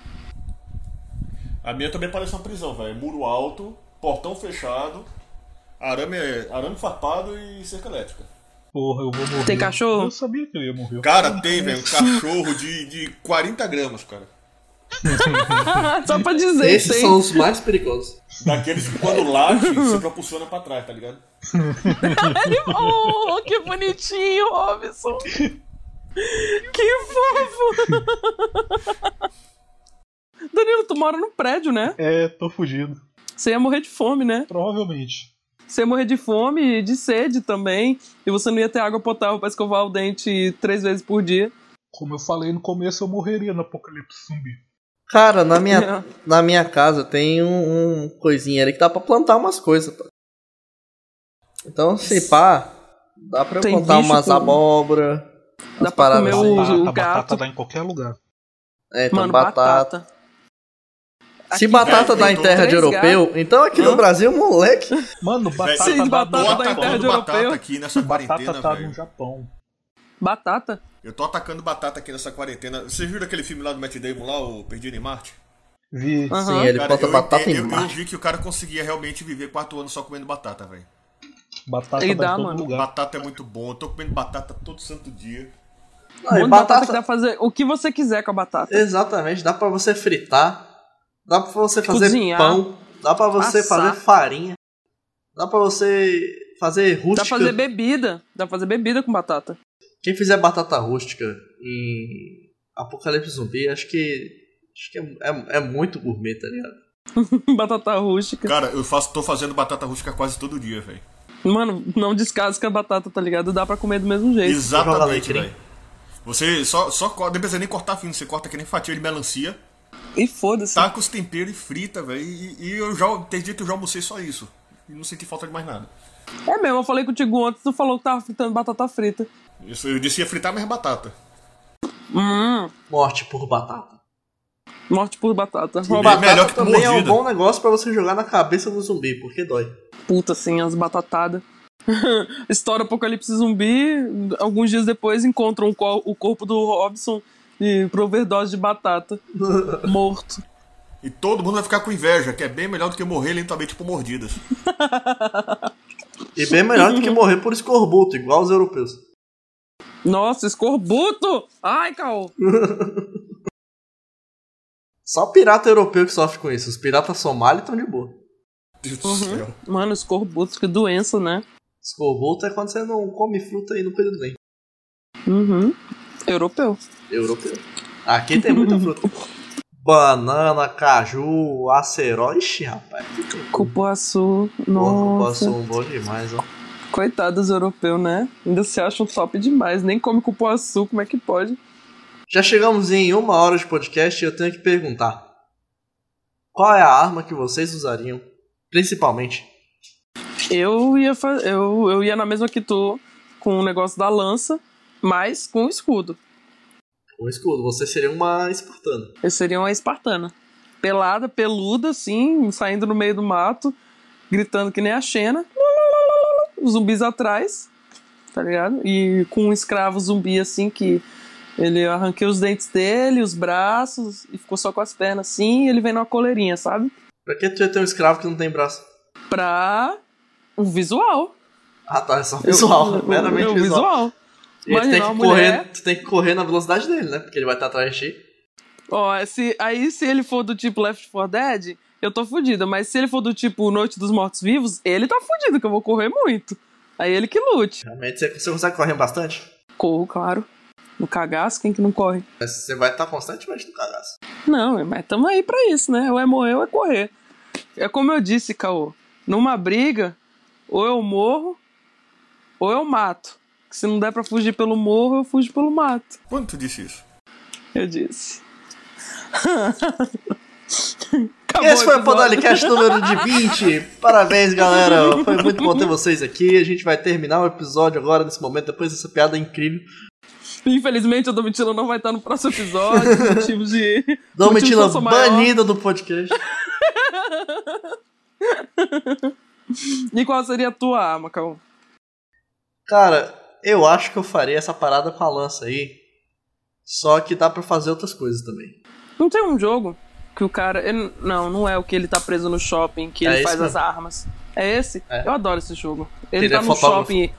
S4: A minha também parece uma prisão, velho. Muro alto, portão fechado, arame, arame farpado e cerca elétrica.
S3: Porra, eu vou morrer.
S2: Tem cachorro?
S3: Eu sabia que eu ia morrer.
S4: Cara, tem, velho, um cachorro de, de 40 gramas, cara.
S2: Só pra dizer,
S1: Esses
S2: tem.
S1: são os mais perigosos.
S4: Daqueles que quando late, se propulsiona pra trás, tá ligado?
S2: Oh, que bonitinho, Robson! Que fofo! Danilo, tu mora no prédio, né?
S3: É, tô fugido.
S2: Você ia morrer de fome, né?
S3: Provavelmente.
S2: Você ia morrer de fome e de sede também. E você não ia ter água potável pra escovar o dente três vezes por dia.
S3: Como eu falei no começo, eu morreria no apocalipse zumbi.
S1: Cara, na minha,
S2: É.
S1: na minha casa tem um, um coisinha ali que dá pra plantar umas coisas. pô. Então, se pá, dá pra eu
S2: Tem
S1: plantar
S2: bicho,
S1: umas
S2: pô.
S1: abóbora.
S2: Dá
S1: umas
S2: pra
S1: paradas
S2: comer
S1: assim.
S2: o-
S3: batata,
S2: o
S3: batata
S2: gato.
S3: dá em qualquer lugar.
S1: É, então,
S2: Mano,
S1: batata.
S2: batata. é
S1: Se batata
S4: Aqui,
S1: dá em
S4: velho,
S1: terra de
S2: três
S1: europeu, então aqui no
S2: Hã?
S1: Brasil, moleque.
S3: Mano, batata tá
S4: Sim,
S3: dá
S2: batata
S4: Eu
S2: dá em
S3: no
S2: terra
S3: Japão.
S4: atacando
S2: de europeu.
S4: batata aqui nessa quarentena,
S3: Batata tá
S4: velho.
S3: no Japão.
S2: Batata?
S4: Eu tô atacando batata aqui nessa quarentena. Vocês viram aquele filme lá do Matt Damon lá, o Perdido em Marte?
S3: Vi.
S2: Aham.
S1: Sim, ele
S4: Cara,
S1: planta
S4: eu
S1: batata
S4: entendo- né?
S1: em
S4: eu- Eu
S1: Marte.
S4: vi que o cara conseguia realmente viver quatro anos só comendo batata, velho.
S3: Batata
S2: Ele
S3: dá em
S2: dá,
S3: todo
S2: mano.
S3: lugar.
S4: Batata é muito bom, eu tô comendo batata todo santo dia.
S1: Não, e
S2: Mano, Um batata... que dá pra fazer o que você quiser com a batata.
S1: Exatamente, dá pra você fritar, dá pra você fazer
S2: Cozinhar,
S1: pão, dá pra você
S2: assar.
S1: fazer farinha, dá pra você fazer
S2: Dá pra
S1: rústica.
S2: fazer bebida. Dá pra fazer bebida com batata.
S1: Quem fizer batata rústica em Apocalipse Zumbi, acho que acho que é, é- é muito gourmet, tá ligado?
S2: batata rústica.
S4: Cara, eu faço, tô fazendo batata rústica quase todo dia, velho.
S2: Mano, não descasca a batata, tá ligado? Dá pra comer do mesmo jeito.
S1: Joga leite,
S4: Exatamente,
S1: né?
S4: velho. Você só, só corta, não precisa nem cortar fino, você corta que nem fatia de melancia,
S2: E foda-se.
S4: taca os temperos e frita, velho. E, e eu já, tem dia que eu já almocei só isso. E não senti falta de mais nada.
S2: É mesmo, eu falei contigo ontem, tu falou que tava fritando batata frita.
S4: Eu, só- eu disse ia fritar mais batata.
S2: Hum,
S1: Morte por batata.
S2: morte por batata.
S1: E
S2: Rouba-
S4: melhor
S1: batata
S4: que
S1: também é um
S4: mordida.
S1: bom negócio pra você jogar na cabeça do zumbi, porque dói.
S2: Puta, assim, as batatadas. Estoura o apocalipse zumbi. Alguns dias depois encontram o co- o corpo do Robson e por overdose de batata. Morto.
S4: E todo mundo vai ficar com inveja, que é bem melhor do que morrer lentamente por mordidas.
S1: E bem melhor do que morrer por escorbuto, igual os europeus.
S2: Nossa, escorbuto! Ai, Caô!
S1: Só pirata europeu que sofre com isso. Os piratas somali estão de boa.
S4: Deus do
S2: Uhum.
S4: céu.
S2: Mano, escorbuto, que doença, né?
S1: Escorbuto é quando você não come fruta e não cuida do dente.
S2: Uhum. Europeu.
S1: Europeu. Aqui tem muita fruta. Banana, caju, aceró. Ixi, rapaz. aqui tem
S2: Cupuaçu.
S1: Porra,
S2: Nossa.
S1: passou um bom demais, ó.
S2: Coitados europeus, né? Ainda se acham top demais. Nem come cupuaçu, como é que pode?
S1: Já chegamos em uma hora de podcast e eu tenho que perguntar. Qual é a arma que vocês usariam? Principalmente.
S2: Eu ia, fa- eu, eu ia na mesma que tu com o negócio da lança, mas com o escudo.
S1: Um escudo. Você seria uma espartana.
S2: Eu seria uma espartana. Pelada, peluda, assim, saindo no meio do mato, gritando que nem a Xena. Os zumbis atrás, tá ligado? E com um escravo zumbi, assim, que ele eu arranquei os dentes dele, os braços, e ficou só com as pernas, assim, e ele vem numa coleirinha, sabe?
S1: Pra que tu ia ter um escravo que não tem braço?
S2: Pra o visual.
S1: Ah, tá. É só visual. meramente
S2: o
S1: visual.
S2: visual.
S1: E ele tem
S2: Imaginar
S1: que
S2: uma
S1: correr, né?
S2: mulher.
S1: tu tem que correr na velocidade dele, né? Porque ele vai estar atrás de ti.
S2: Ó, se, aí se ele for do tipo Left 4 Dead, eu tô fudida. Mas se ele for do tipo Noite dos Mortos-Vivos, ele tá fudido, que eu vou correr muito. Aí ele que lute.
S1: Realmente, você, você consegue correr bastante?
S2: Corro, claro. No cagaço, quem que não corre?
S1: Mas Você vai estar constantemente no cagaço.
S2: Não, mas tamo aí pra isso, né? Ou é morrer ou é correr. É como eu disse, Caô. Numa briga, ou eu morro, ou eu mato. Se não der pra fugir pelo morro, eu fujo pelo mato.
S4: Quando tu disse isso?
S2: Eu disse.
S1: E
S2: Acabou
S1: esse foi o
S2: episódio.
S1: Podalicast número de 20. Parabéns, galera. Foi muito bom ter vocês aqui. A gente vai terminar o episódio agora, nesse momento, depois dessa piada incrível.
S2: Infelizmente, o Domitila não vai estar no próximo episódio. por motivos de. motivos que
S1: Domitila
S2: eu sou maior.
S1: banida do podcast.
S2: E qual seria a tua arma, Caô?
S1: Cara, eu acho que eu faria essa parada com a lança aí. Só que dá pra fazer outras coisas também.
S2: Não tem um jogo que o cara. ele- não, não é o que ele tá preso no shopping, que
S1: É
S2: ele
S1: esse
S2: faz as
S1: mesmo.
S2: armas. É esse?
S1: É.
S2: Eu adoro esse jogo. Ele,
S1: Ele
S2: tá
S1: é
S2: no
S1: fotógrafo.
S2: shopping.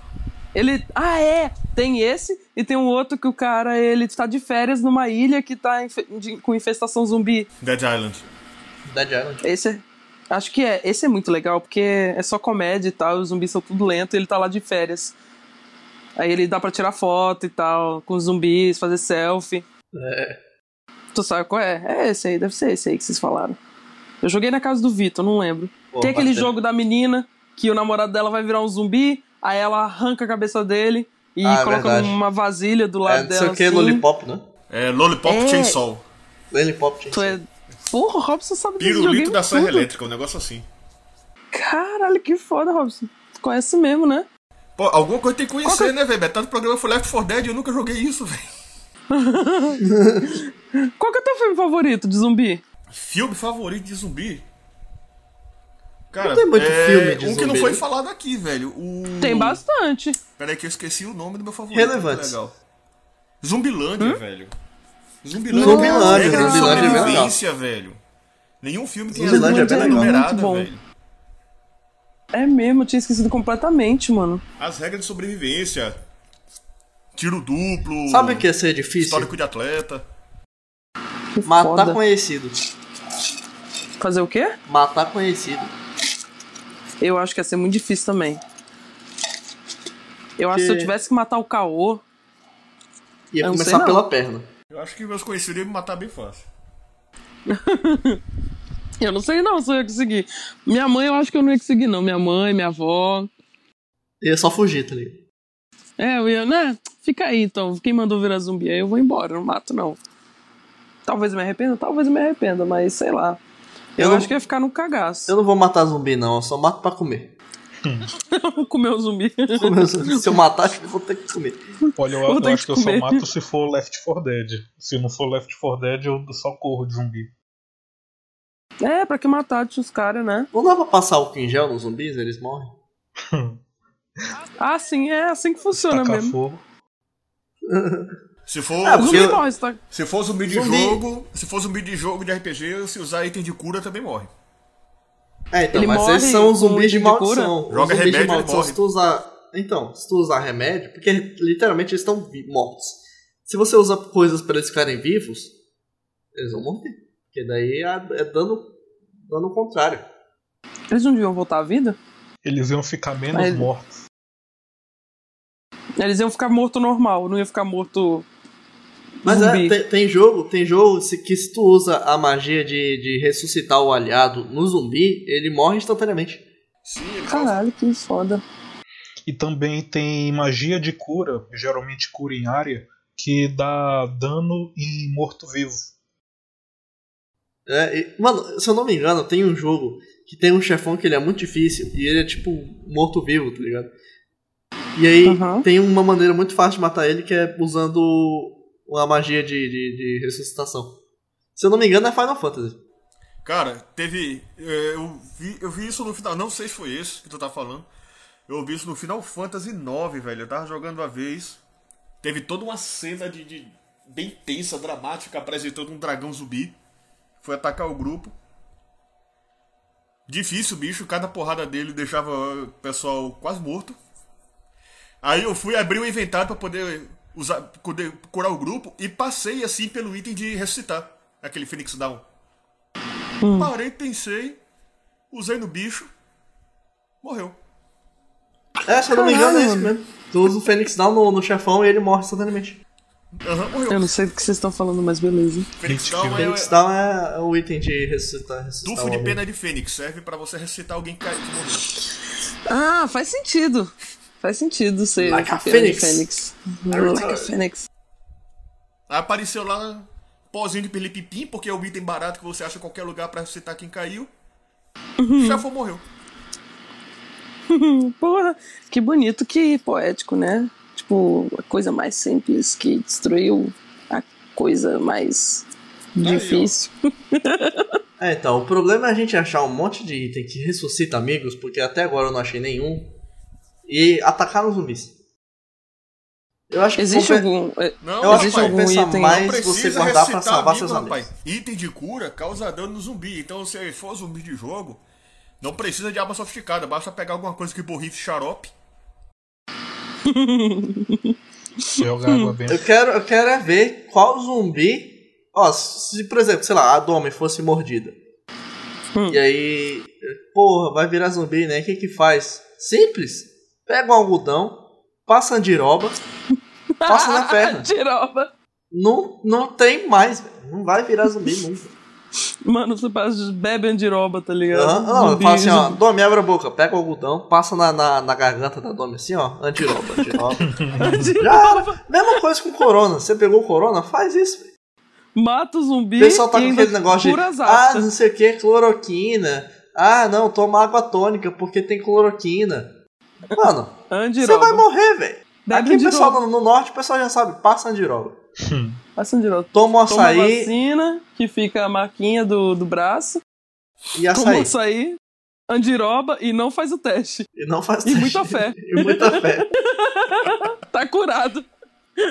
S2: Ele. Ah, é! Tem esse e tem um outro que o cara ele tá de férias numa ilha que tá infe- de- com infestação zumbi.
S4: Dead Island.
S1: Dead Island. tipo,
S2: Esse. Acho que é. Esse é muito legal, porque é só comédia e tal, os zumbis são tudo lento e ele tá lá de férias. Aí ele dá pra tirar foto e tal, com os zumbis, fazer selfie.
S1: É.
S2: Tu sabe qual é? É esse aí, deve ser esse aí que vocês falaram. Eu joguei na casa do Vitor, não lembro.
S1: Pô,
S2: Tem aquele
S1: bacana.
S2: jogo da menina que o namorado dela vai virar um zumbi, aí ela arranca a cabeça dele e
S1: Ah, é
S2: coloca
S1: verdade.
S2: uma vasilha do lado
S1: É, não
S2: dela.
S1: sei o que,
S2: assim.
S1: Lollipop, né?
S4: É Lollipop
S2: É.
S4: Chainsaw.
S1: Lollipop, gente.
S2: Tu é... Porra, o Robson sabe desse
S4: Pirulito
S2: joguinho
S4: da Serra
S2: tudo.
S4: Elétrica, um negócio assim.
S2: Caralho, que foda, Robson. Tu conhece mesmo, né?
S4: Pô, alguma coisa tem que
S2: Qual que
S4: conhecer,
S2: é-
S4: né, velho? Metade do programa foi Left 4 Dead e eu nunca joguei isso, velho.
S2: Qual que é o teu filme favorito de zumbi?
S4: Filme favorito de zumbi? Cara,
S1: Não tem muito
S4: é,
S1: filme de
S4: um que não
S1: zumbi,
S4: foi
S1: né?
S4: falado aqui, velho. O...
S2: Tem bastante.
S4: Peraí que eu esqueci o nome do meu favorito.
S1: Relevantes.
S4: muito Legal.
S2: Hum?
S4: Zumbilândia, velho.
S2: Nossa,
S4: Zumbilândia, tem as
S2: Zumbilândia,
S4: regras de
S2: Zumbilândia é bem
S4: sobrevivência, velho. Nenhum filme tem as
S1: Zumbilândia é
S4: regras
S1: bem legal.
S2: Muito
S4: enumeradas,
S2: bom.
S4: velho.
S2: É mesmo, eu tinha esquecido completamente, mano.
S4: As regras de sobrevivência. Tiro
S2: assim.
S4: duplo.
S1: Sabe o que ia ser difícil?
S4: Histórico de atleta.
S2: Que
S1: Matar
S2: foda.
S1: conhecido.
S2: Fazer o quê?
S1: Matar conhecido.
S2: Eu acho que ia ser muito difícil também. Eu acho que se eu
S1: Que-
S2: tivesse que matar o Caô,
S1: Ia
S2: Eu não sei
S1: começar
S2: não.
S1: pela perna.
S4: Eu acho que meus conhecidos iam me matar bem fácil.
S2: eu não sei não se eu ia conseguir. Minha mãe, eu acho que eu não ia conseguir, não. Minha mãe, minha avó.
S1: Ia só fugir, tá ligado?
S2: É, eu ia, né? Fica aí então. Quem mandou virar zumbi aí, eu vou embora, eu não mato, não. Talvez eu me arrependa, talvez eu me arrependa, mas sei lá. Eu,
S1: Eu não-
S2: acho que ia ficar no cagaço.
S1: Eu não vou matar zumbi, não. Eu só mato pra comer.
S2: Eu vou comer o zumbi.
S1: Se eu matar, acho que eu vou ter que comer.
S3: Olha, eu,
S2: Vou
S3: eu
S2: ter
S3: acho
S2: que
S3: que eu só
S2: comer.
S3: mato se for Left 4 Dead. Se não for Left 4 Dead, eu só corro de zumbi.
S2: É, pra que matar os caras, né?
S1: Não dá pra passar álcool em gel nos zumbis? Eles morrem?
S2: Ah, sim, é assim que funciona
S3: Tacar
S2: mesmo.
S3: fogo.
S4: Se for,
S1: Ah,
S2: O
S1: porque
S2: zumbi
S1: eu-
S2: morre, você tá...
S4: se for zumbi de
S1: Zumbi.
S4: jogo, se for zumbi de jogo de RPG, se usar item de cura também morre.
S1: É, então,
S2: Ele
S1: mas
S2: morre
S1: eles são os
S2: com
S1: zumbis de
S2: item de cura?
S1: maldição. Os
S4: Joga
S1: zumbis
S4: remédio,
S1: de
S4: ele
S1: maldição,
S4: morre.
S1: se tu usar. Então, se tu usar remédio, porque literalmente eles estão vi- mortos. Se você usa coisas pra eles ficarem vivos, eles vão morrer. Porque daí é, é dano, dano contrário.
S2: Eles não deviam voltar à vida?
S3: Eles iam ficar menos
S2: Mas-
S3: mortos.
S2: Eles iam ficar morto normal, não ia ficar morto.
S1: Mas é,
S2: zumbi.
S1: tem, tem jogo, tem jogo se- que se tu usa a magia de, de ressuscitar o aliado no zumbi, ele morre instantaneamente.
S4: Sim, ele causa-
S2: Caralho, que foda.
S3: E também tem magia de cura, geralmente cura em área, que dá dano em morto-vivo.
S1: É, e- mano, se eu não me engano, tem um jogo que tem um chefão que ele é muito difícil e ele é tipo morto-vivo, tá ligado? E aí
S2: Aham.
S1: tem uma maneira muito fácil de matar ele que é usando uma magia de, de, de ressuscitação. Se eu não me engano, é Final Fantasy.
S4: Cara, teve. é, eu, vi, eu vi isso no final. Não sei se foi esse que tu tá falando. Eu vi isso no Final Fantasy IX, velho. Eu tava jogando uma vez. Teve toda uma cena de, de- bem tensa, dramática, apresentando um dragão zumbi. Foi atacar o grupo. Difícil, bicho. Cada porrada dele deixava o pessoal quase morto. Aí eu fui abrir o inventário pra poder usar, poder curar o grupo e passei assim pelo item de ressuscitar. Aquele Phoenix Down.
S2: Hum.
S4: Parei, pensei, usei no bicho, morreu.
S1: É, se eu não me engano, é
S2: Caralho,
S1: isso mesmo. Tu usa o Fênix Down no, no chefão e ele morre instantaneamente.
S4: Aham, morreu.
S2: Eu não sei do que vocês estão falando, mas beleza.
S4: Fênix
S3: Gente,
S4: Down
S3: que
S4: é,
S1: Fênix Down é o item de ressuscitar. ressuscitar
S4: tufo
S1: o
S4: de
S1: homem.
S4: pena de Fênix, serve pra você ressuscitar alguém que cai- que morreu.
S2: Ah, faz sentido. Faz sentido ser
S1: Like a
S2: pena de Fênix.
S1: phoenix.
S2: Like a Fênix.
S4: Aí apareceu lá pozinho de pelipipim, porque é o item barato que você acha em qualquer lugar pra ressuscitar quem caiu.
S2: Uhum.
S4: Chafou morreu.
S2: Porra, que bonito, que poético, né? Tipo, a coisa mais simples que destruiu a coisa mais difícil.
S1: É, então, o problema é a gente achar um monte de item que ressuscita amigos, porque até agora eu não achei nenhum, e atacar nos zumbis. Eu acho que
S2: Existe
S1: compen-
S2: algum. é,
S4: Não,
S1: Eu acho que
S2: Existe algum
S1: compensa
S2: item?
S4: Não
S1: mais você
S4: precisa
S1: guardar pra
S4: ressuscitar
S1: salvar
S4: amigo,
S1: seus amigos.
S4: rapaz. Item de cura causa dano no zumbi. Então, se for zumbi de jogo, não precisa de arma sofisticada. Basta pegar alguma coisa que borrife xarope.
S3: Jogar
S2: Hum.
S3: água bem.
S1: Eu quero, eu quero é ver qual zumbi. Ó, se por exemplo, sei lá, a Domi fosse mordida.
S2: Hum.
S1: E aí. Porra, vai virar zumbi, né? O que que faz? Simples. Pega um algodão, passa andiroba, passa na perna.
S2: Tiroba.
S1: Não, não tem mais, velho. Não vai virar zumbi nunca.
S2: Mano, você passa- bebe andiroba, tá ligado?
S1: Aham, Não, eu
S2: Zumbi,
S1: falo assim, ó,
S2: zumbi.
S1: Domi, abre a boca, pega o algodão, passa na, na, na garganta da Domi assim, ó, andiroba, andiroba. Já era. Mesma coisa com corona. Você pegou o corona, faz isso, velho.
S2: Mata o zumbi.
S1: O pessoal tá
S2: e
S1: com
S2: ainda
S1: aquele negócio de.
S2: cura as
S1: Ah,
S2: aftas.
S1: não sei o que, cloroquina. Ah, não, toma água tônica porque tem cloroquina. Mano, "Ah, você
S2: Andiroba.
S1: vai morrer, velho.
S2: Bebe
S1: Aqui o
S2: andiroba.
S1: pessoal no, no norte, o pessoal já sabe, passa andiroba.
S2: Passa andiroba.
S1: Toma o
S2: Toma a
S1: açaí
S2: vacina, que fica a marquinha do, do braço.
S1: e
S2: Toma
S1: açaí.
S2: açaí, andiroba e não faz o teste.
S1: E não faz
S2: E
S1: teste.
S2: muita fé.
S1: e muita fé.
S2: Tá curado.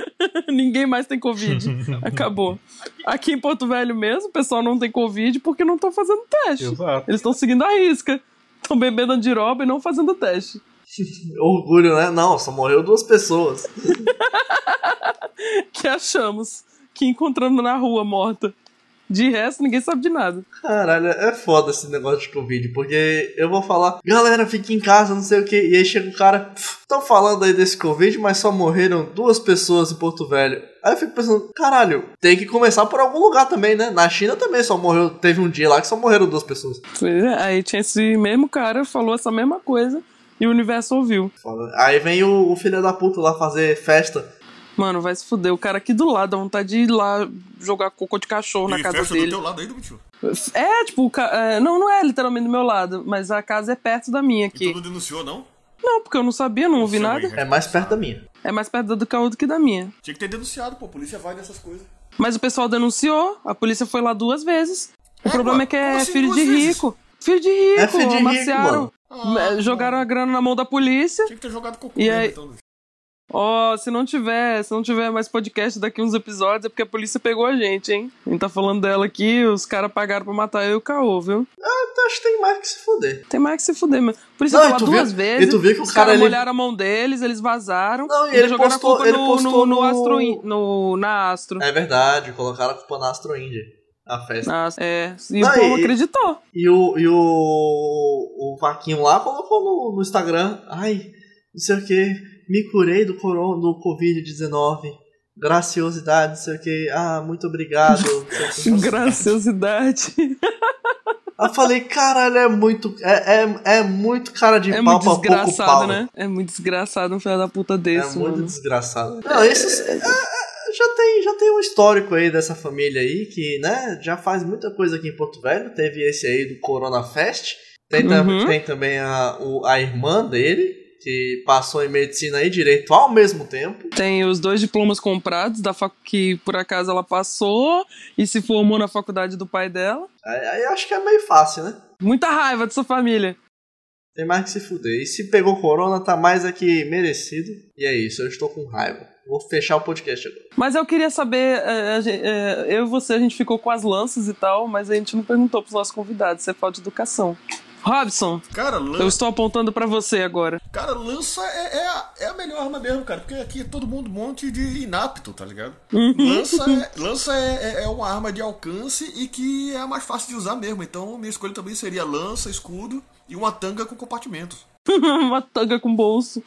S2: Ninguém mais tem Covid. Acabou. Aqui em Porto Velho mesmo, o pessoal não tem Covid porque não estão fazendo teste.
S3: Exato.
S2: Eles estão seguindo a risca. Estão bebendo andiroba e não fazendo teste.
S1: Orgulho, né? Não, só morreu duas pessoas.
S2: Que achamos. Que encontramos na rua morta. De resto, ninguém sabe de nada.
S1: Caralho, é foda esse negócio de Covid, porque eu vou falar, galera, fique em casa, não sei o que, e aí chega um cara, estão falando aí desse Covid, mas só morreram duas pessoas em Porto Velho. Aí eu fico pensando, caralho, tem que começar por algum lugar também, né? Na China também só morreu, teve um dia lá que só morreram duas pessoas.
S2: Pois é, Aí tinha esse mesmo cara, falou essa mesma coisa e o universo ouviu.
S1: Foda. Aí vem o, o filho da puta lá fazer festa.
S2: Mano, vai se fuder. O cara aqui do lado, dá vontade de ir lá jogar cocô de cachorro na
S4: e
S2: casa
S4: festa do
S2: dele.
S4: teu lado aí, Domitio.
S2: É, tipo, o ca- é, não, não é literalmente do meu lado, mas a casa é perto da minha
S4: E tu
S2: aqui.
S4: Então não denunciou, não?
S2: Não, porque eu não sabia, não ouvi
S4: Seu
S2: nada.
S4: irresponsável.
S1: É mais perto da minha.
S2: É mais perto da do caô do que da minha.
S4: Tinha que ter denunciado, pô. A polícia vai nessas coisas.
S2: Mas o pessoal denunciou, a polícia foi lá duas vezes. O
S4: É,
S2: problema
S4: ué,
S2: é que
S4: como
S2: é
S4: assim
S2: filho de
S4: duas vezes?
S2: rico. Filho de rico,
S1: É filho de rico,
S2: amaciaram.
S4: mano. Ah,
S2: eh, jogaram a grana na mão da polícia.
S4: Tinha que ter jogado cocô.
S2: E
S4: mesmo,
S2: aí-
S4: então, Luiz.
S2: Ó, se não tiver, se não tiver mais podcast daqui uns episódios, é porque a polícia pegou a gente, hein? A gente tá falando dela aqui, os caras pagaram pra matar eu e o Caô, viu?
S1: Eu Então acho que tem mais que se fuder.
S2: Tem mais que se fuder, mano. Por isso
S1: Não,
S2: eu
S1: e
S2: falar
S1: tu
S2: duas
S1: viu-
S2: vezes.
S1: e tu viu que o
S2: os
S1: cara,
S2: caras
S1: ele-
S2: molharam a mão deles, eles vazaram.
S1: Não, e
S2: ainda
S1: ele
S2: jogaram
S1: postou-
S2: a culpa
S1: ele
S2: no, no,
S1: postou no-
S2: no Astro In- no- na Astro.
S1: É verdade, colocaram a culpa na Astro Índia, a festa.
S2: Na Astro. É, e
S1: Não,
S2: o povo
S1: e-
S2: acreditou.
S1: E o, e o, o Vaquinho lá colocou no, no Instagram, ai, não sei o que, me curei do, coron- do Covid-19, graciosidade, não sei o que, ah, muito obrigado. não sei
S2: Um
S1: o quê.
S2: Graciosidade.
S1: Aí eu falei, caralho, é muito, é, é, é muito cara de
S2: É
S1: pau
S2: muito
S1: pra pouco pau.
S2: desgraçado, né? É muito desgraçado um filho da puta
S1: É
S2: desse,
S1: muito
S2: mano.
S1: desgraçado. Não, isso é- é- já, tem, já tem um histórico aí dessa família aí, que, né, já faz muita coisa aqui em Porto Velho, teve esse aí do Corona Fest, tem, tam-
S2: Uhum.
S1: tem também a, o- a irmã dele, que passou em medicina e direito ao mesmo tempo.
S2: Tem os dois diplomas comprados da fac... que por acaso ela passou e se formou na faculdade do pai dela.
S1: Aí, aí acho que é meio fácil, né?
S2: Muita raiva dessa família.
S1: Tem mais que se fuder. E se pegou corona, tá mais aqui merecido. E é isso, eu estou com raiva. Vou fechar o podcast agora.
S2: Mas eu queria saber, é, a gen- é, eu e você, a gente ficou com as lanças e tal, mas a gente não perguntou pros nossos convidados, isso é falta de educação. Robson,
S4: Cara,
S2: eu
S4: lança,
S2: estou apontando pra você agora.
S4: cara, lança é, é a, é a melhor arma mesmo, cara. Porque aqui é todo mundo um monte de inapto, tá ligado? Lança, é, lança é, é- é uma arma de alcance e que é a mais fácil de usar mesmo. Então minha escolha também seria lança, escudo e uma tanga com compartimentos.
S2: uma tanga com bolso.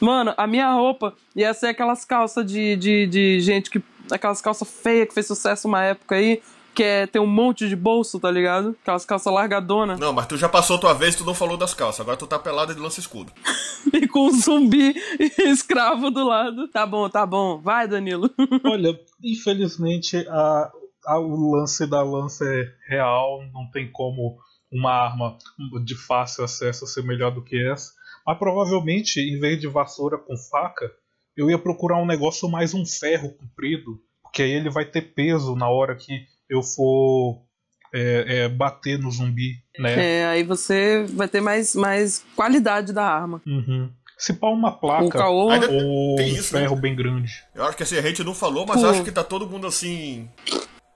S2: Mano, a minha roupa ia ser aquelas calças de, de, de gente que. Aquelas calças feias que fez sucesso uma época aí, que é ter um monte de bolso, tá ligado? Aquelas calças largadona.
S4: Não, mas tu já passou tua vez, tu não falou das calças. Agora tu tá pelada de lança e escudo.
S2: E com um zumbi escravo do lado. Tá bom, tá bom. Vai, Danilo.
S3: Olha, infelizmente a, a- o lance da lança é real, não tem como uma arma de fácil acesso ser melhor do que essa. Mas provavelmente, em vez de vassoura com faca, eu ia procurar um negócio mais um ferro comprido, porque aí ele vai ter peso na hora que eu for é, é, bater no zumbi, né?
S2: É, aí você vai ter mais, mais qualidade da arma.
S3: Uhum. Se pá uma
S2: O
S3: placa
S2: caô.
S4: Ainda-
S3: ou
S4: Tem
S3: um
S4: isso, né?
S3: ferro bem grande.
S4: Eu acho que assim, a gente não falou, mas
S2: Pô.
S4: acho que tá todo mundo assim.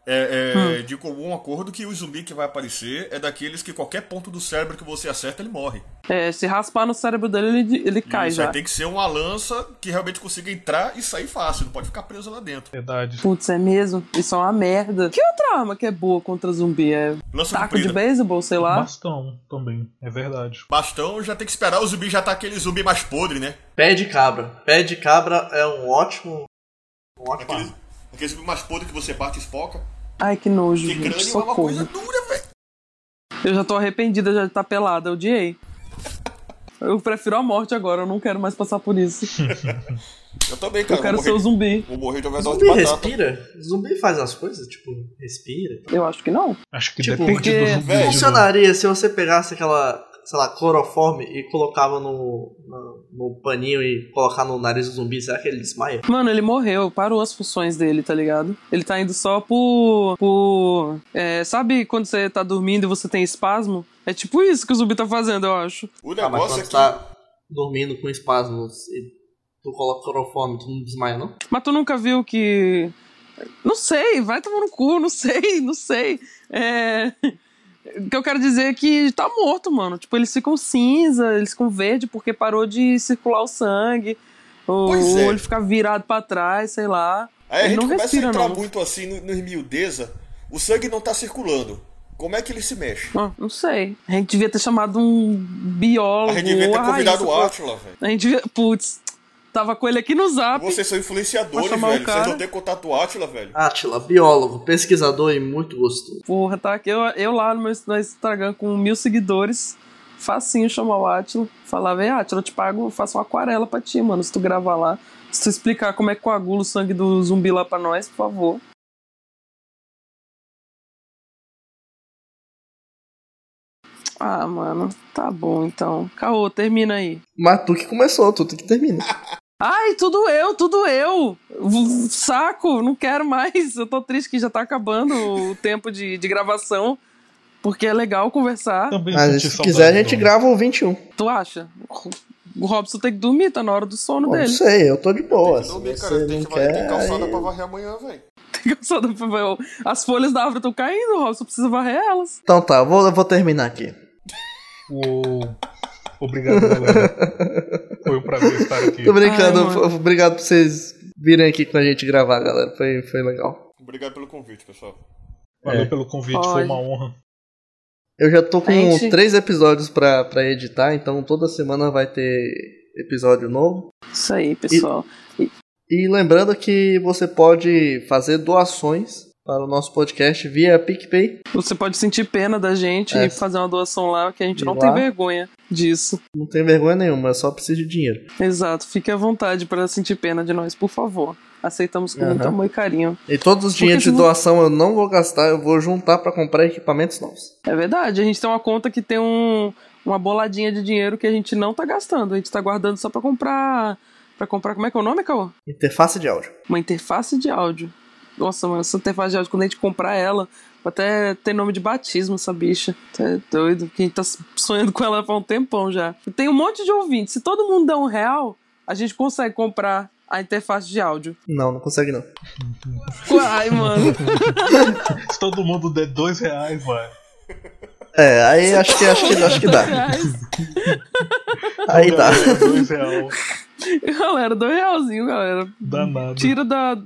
S4: É, é, De comum acordo que o zumbi que vai aparecer é daqueles que qualquer ponto do cérebro que você acerta, ele morre.
S2: É, se raspar no cérebro dele, ele, ele cai
S4: Isso aí
S2: já.
S4: tem que ser uma lança que realmente consiga entrar e sair fácil, não pode ficar preso lá dentro.
S3: Verdade.
S2: Putz, é mesmo? Isso é uma merda. Que outra arma que é boa contra zumbi? É
S4: Lança
S2: taco de
S4: comprida.
S2: beisebol, sei lá.
S3: Bastão também, é verdade.
S4: Bastão já tem que esperar o zumbi já tá aquele zumbi mais podre, né?
S1: Pé de cabra. Pé de cabra é um ótimo. Um ótimo.
S4: Aquele, aquele zumbi mais podre que você bate e espoca.
S2: Ai, que nojo,
S4: Que
S2: gente.
S4: crânio é uma coisa
S2: Socorro.
S4: dura, velho.
S2: Eu já tô arrependida já de estar pelada, odiei. Eu prefiro a morte agora, eu não quero mais passar por isso.
S4: Eu também, cara.
S2: Eu quero
S4: vou
S2: ser o
S4: morrer,
S2: zumbi.
S4: vou morrer de overdose um tipo de
S1: Zumbi
S4: batata.
S1: respira? Zumbi faz as coisas? Tipo, respira?
S2: Eu acho que não.
S3: Acho que
S1: Tipo,
S3: depende
S2: porque,
S3: do zumbi.
S4: velho,
S3: né?
S1: Funcionaria se você pegasse aquela, sei lá, cloroforme e colocava no, no, no paninho e colocar no nariz do zumbi, será que ele desmaia?
S2: Mano, ele morreu, parou as funções dele, tá ligado? Ele tá indo só por. por. é, sabe quando você tá dormindo e você tem espasmo? É tipo isso que o zumbi tá fazendo, eu acho.
S4: O
S1: Ah, mas
S4: negócio
S1: quando
S4: é
S1: tu
S4: que.
S1: tá dormindo com espasmos e tu coloca cloroforme, tu não desmaia, não?
S2: Mas tu nunca viu que. Não sei, vai tomar no cu, não sei, não sei. É. O que eu quero dizer é que tá morto, mano. Tipo, eles ficam cinza, eles ficam verde porque parou de circular o sangue. Ou,
S4: Pois é.
S2: ou ele fica virado pra trás, sei lá.
S4: Aí a
S2: Ele
S4: gente
S2: não
S4: começa
S2: respira,
S4: a entrar
S2: não.
S4: muito assim no, no miudeza, o sangue não tá circulando. Como é que ele se mexe?
S2: Ah, não sei. A gente devia ter chamado um biólogo.
S4: A gente devia
S2: ou
S4: ter
S2: Raíssa
S4: convidado o
S2: pra-
S4: Átila, velho.
S2: A gente devia. Putz, tava com ele aqui no zap.
S4: Vocês são influenciadores,
S2: Pra chamar o
S4: velho. Vocês
S2: cara.
S4: não têm contato Átila, velho.
S1: Atila, biólogo, pesquisador e muito gostoso.
S2: Porra, tá aqui. Eu, eu lá no meu no Instagram com mil seguidores. Facinho chamar o Atila. Falava, ei, Atila, eu te pago, eu faço uma aquarela pra ti, mano. Se tu gravar lá. Se tu explicar como é que coagula o sangue do zumbi lá pra nós, por favor. Ah, mano, tá bom então. Caô, termina aí.
S1: Mas tu que começou, tu tem que terminar.
S2: Ai, tudo eu, tudo eu. V- Saco, não quero mais. Eu tô triste que já tá acabando o tempo de, de gravação. Porque é legal conversar.
S3: Também
S1: Mas se
S3: senti saudade
S1: quiser a
S3: do
S1: gente
S4: um
S3: Dom.
S1: grava o 21.
S2: Tu acha? O Robson tem que dormir, tá na hora do sono
S1: Não
S2: dele.
S1: sei, eu tô de boa.
S4: Tem
S1: Se
S4: que dormir,
S1: você
S4: Tem,
S1: não
S4: que- vai- tem
S1: quer,
S4: calçada
S1: aí-
S4: pra varrer amanhã, velho.
S2: Só dá pra ver- As folhas da árvore estão caindo, o Robson precisa varrer elas.
S1: Então tá, eu vou, eu vou terminar aqui.
S3: Uou. Tipo, Obrigado, galera. Foi um prazer estar aqui.
S1: Tô brincando,
S2: Ai, mano.
S1: f- obrigado por vocês virem aqui com a gente gravar, galera. Foi, foi legal.
S4: Obrigado pelo convite, pessoal.
S3: Valeu
S1: É.
S3: pelo convite, foi
S2: Olha.
S3: uma honra.
S1: Eu já tô com
S2: Gente.
S1: três episódios pra, pra editar, então toda semana vai ter episódio novo.
S2: Isso aí, pessoal.
S1: E lembrando que você pode fazer doações para o nosso podcast via PicPay.
S2: Você pode sentir pena da gente
S1: É.
S2: e fazer uma doação lá, que a gente
S1: E
S2: não
S1: lá?
S2: tem vergonha disso.
S1: Não tem vergonha nenhuma, é só precisa de dinheiro.
S2: Exato, fique à vontade pra sentir pena de nós, por favor. Aceitamos com muito
S1: Aham.
S2: amor e carinho.
S1: E todos os dinheiros
S2: se
S1: de
S2: vo-
S1: doação eu não vou gastar, eu vou juntar pra comprar equipamentos novos.
S2: É verdade, a gente tem uma conta que tem um, uma boladinha de dinheiro que a gente não tá gastando, a gente tá guardando só pra comprar. Pra comprar, como é que é o nome, Cauã?
S1: Interface de áudio.
S2: Uma interface de áudio. Nossa, mano, essa interface de áudio, quando a gente comprar ela, vai até ter nome de batismo essa bicha. Tá doido, porque a gente tá sonhando com ela há um tempão já. E tem um monte de ouvintes. Se todo mundo der um real, a gente consegue comprar a interface de áudio.
S1: Não, não consegue não.
S2: Ai, mano.
S3: Se todo mundo der dois reais, vai.
S1: É, aí acho que, acho que, acho que dá.
S2: Reais.
S1: Aí dá.
S3: Galera, Dois real.
S2: Galera, dois realzinho, galera.
S3: Danado.
S2: Tira da,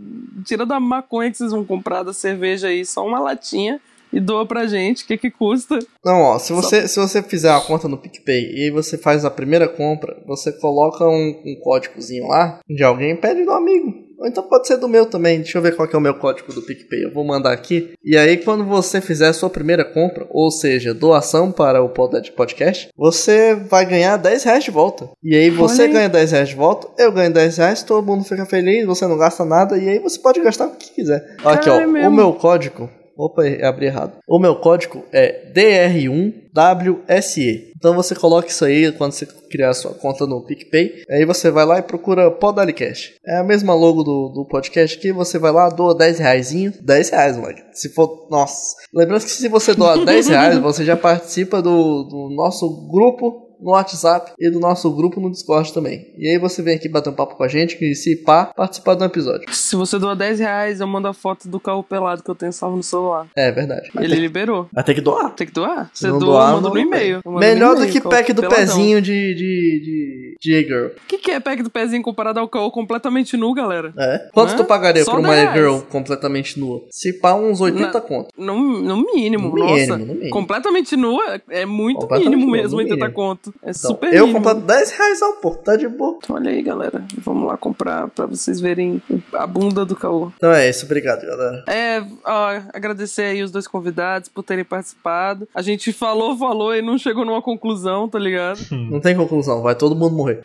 S2: tira da maconha que vocês vão comprar da cerveja aí, só uma latinha e doa pra gente. O que que custa?
S1: Não, ó, se você, se você fizer uma conta no PicPay e aí você faz a primeira compra, você coloca um, um códigozinho lá de alguém e pede do amigo. Ou então pode ser do meu também. Deixa eu ver qual que é o meu código do PicPay. Eu vou mandar aqui. E aí, quando você fizer a sua primeira compra, ou seja, doação para o Pod- podcast, você vai ganhar 10 reais de volta. E aí você
S2: Olha aí.
S1: ganha 10 reais de volta, eu ganho 10 reais, todo mundo fica feliz, você não gasta nada, e aí você pode gastar o que quiser. Aqui, ó,
S2: Caralho, mesmo.
S1: o meu código. Opa, eu abri errado. O meu código é DR1WSE. Então você coloca isso aí quando você criar sua conta no PicPay. Aí você vai lá e procura Podalicast. É a mesma logo do, do podcast aqui. Você vai lá, doa 10 reais. 10 reais, moleque. Se for. Nossa. Lembrando que se você doar 10 reais, você já participa do, do nosso grupo no WhatsApp e do nosso grupo no Discord também. E aí você vem aqui bater um papo com a gente que se pá, participar do episódio.
S2: Se você doa 10 reais, eu mando a foto do carro pelado que eu tenho salvo no celular.
S1: É verdade. Vai
S2: Ele
S1: ter-
S2: liberou.
S1: vai ter que doar.
S2: Tem que doar.
S1: Se
S2: Você
S1: não
S2: doa,
S1: doar,
S2: manda
S1: não
S2: no e-mail.
S1: tem.
S2: Manda
S1: Melhor
S2: no
S1: do
S2: e-mail,
S1: que
S2: com-
S1: pack do
S2: é peladão.
S1: pezinho de. de. de. de girl.
S2: O que, que é pack do pezinho comparado ao caô completamente nu, galera?
S1: É? Quanto
S2: Hã?
S1: tu pagaria
S2: Só
S1: por uma
S2: 10
S1: girl completamente nua? Se pá, uns 80
S2: Na-
S1: conto.
S2: No, no mínimo,
S1: No
S2: nossa.
S1: mínimo, no mínimo.
S2: Completamente nu é, é muito
S1: Completamente
S2: mínimo
S1: nu,
S2: mesmo,
S1: no
S2: 80
S1: mínimo.
S2: conto. É
S1: Então,
S2: super
S1: eu
S2: mínimo.
S1: compro 10 reais ao porco, tá de boa.
S2: Então, olha aí, galera. Vamos lá comprar pra vocês verem a bunda do caô.
S1: Então é isso, obrigado, galera.
S2: É, ó, agradecer aí os dois convidados por terem participado. A gente falou, falou e não chegou numa conclusão, tá ligado?
S1: Não tem conclusão, vai todo mundo morrer.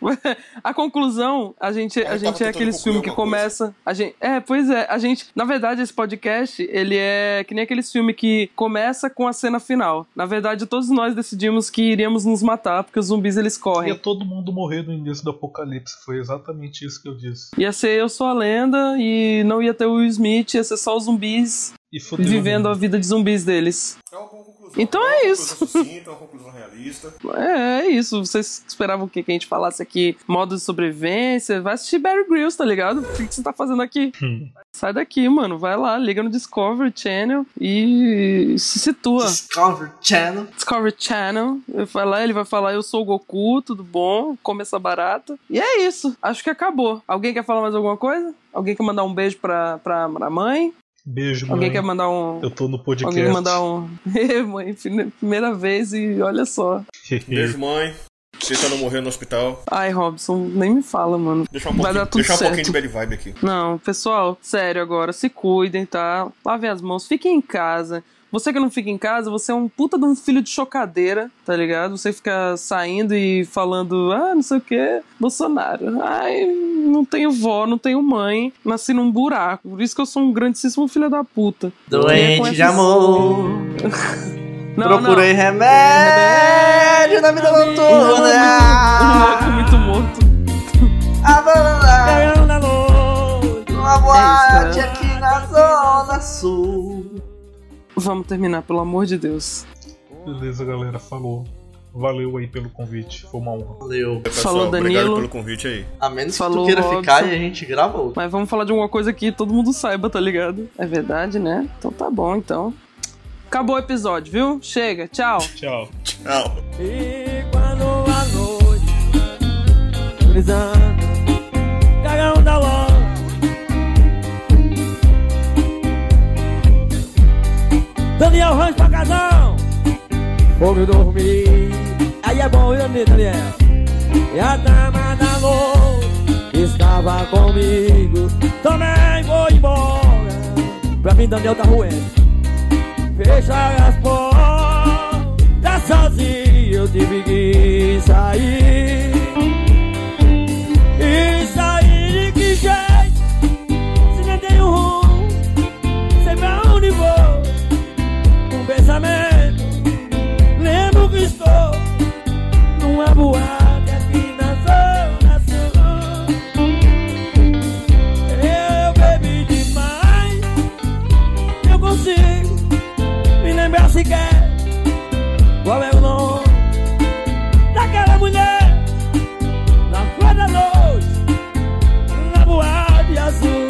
S2: A conclusão, a gente,
S4: Eu
S2: a
S4: tava
S2: gente é
S4: tentando
S2: aqueles
S4: concluir
S2: filmes que
S4: alguma
S2: começa. A gente, é, pois é. A gente, na verdade, esse podcast, ele é que nem aqueles filmes que começa com a cena final. Na verdade, todos nós decidimos que iríamos nos matar, porque os zumbis eles
S3: Ia
S2: correm.
S3: todo mundo morrer no início do apocalipse. Foi exatamente isso que eu disse.
S2: Ia ser Eu Sou a Lenda e não ia ter o Will Smith, ia ser só os zumbis
S3: E fudeu.
S2: vivendo a vida de zumbis deles.
S4: É uma boa conclusão.
S2: Então
S4: uma
S2: é
S4: conclusão
S2: isso.
S4: sucinta, uma conclusão realista.
S2: É, é isso. Vocês esperavam o quê? que a gente falasse aqui? Modo de sobrevivência? Vai assistir Barry Grylls, tá ligado? O que que você tá fazendo aqui?
S3: Hum.
S2: Sai daqui, mano. Vai lá, liga no Discovery Channel e se situa.
S1: Discovery Channel.
S2: Discovery Channel. Eu vai lá, ele vai falar, eu sou o Goku, tudo bom? Come essa barata. E é isso. Acho que acabou. Alguém quer falar mais alguma coisa? Alguém quer mandar um beijo pra, pra, pra mãe?
S3: Beijo, mãe.
S2: Alguém quer mandar um...
S3: Eu tô no podcast.
S2: Alguém quer mandar um... Ê, mãe, prime- primeira vez e olha só. um-
S4: Beijo, mãe. Tentando morrer no hospital.
S2: Ai, Robson, nem me fala, mano.
S4: Deixar um
S2: Vai
S4: pouquinho,
S2: dar tudo
S4: deixar um
S2: certo.
S4: pouquinho de bad vibe aqui.
S2: Não, pessoal, sério agora, se cuidem, tá? Lavem as mãos, fiquem em casa. Você que não fica em casa, você é um puta de um filho de chocadeira, tá ligado? Você fica saindo e falando, ah, não sei o que, Bolsonaro. Ai, não tenho vó, não tenho mãe, nasci num buraco. Por isso que eu sou um grandíssimo filho da puta. Porque com
S1: Doente de
S2: essas-
S1: amor.
S2: Não,
S1: Procurei remédio na vida
S2: não. Não,
S1: noturna.
S2: muito morto.
S1: Abandonado numa boate
S2: É isso,
S1: aqui na Zona Sul.
S2: Vamos terminar, pelo amor de Deus.
S3: Beleza, galera. Falou. Valeu aí pelo convite. Foi uma honra.
S1: Valeu.
S4: Pessoal,
S2: Falou,
S4: obrigado
S2: Danilo.
S4: pelo convite aí.
S1: A menos
S2: Falou,
S1: que tu queira
S2: Robson.
S1: ficar e a gente grava outro.
S2: Mas vamos falar de alguma coisa que todo mundo saiba, tá ligado? É verdade, né? Então tá bom, então. Acabou o episódio, viu? Chega, tchau.
S3: Tchau.
S4: Tchau.
S5: E quando a noite brisando, cagão da lama. Daniel Rancho pra casão, fogo dormir. Aí é bom, viu, né, Daniel? E a dama da noite estava comigo. Também vou embora. Pra mim, Daniel tá ruim. Fechar as portas sozinho eu tive que sair E sair de que jeito Se não tenho rumo Sei pra onde vou Um pensamento Lembro que estou Numa boate aqui na zona sul Eu bebi demais Eu consigo me lembrar sequer qual é o nome daquela mulher na flor da noite, na boate azul.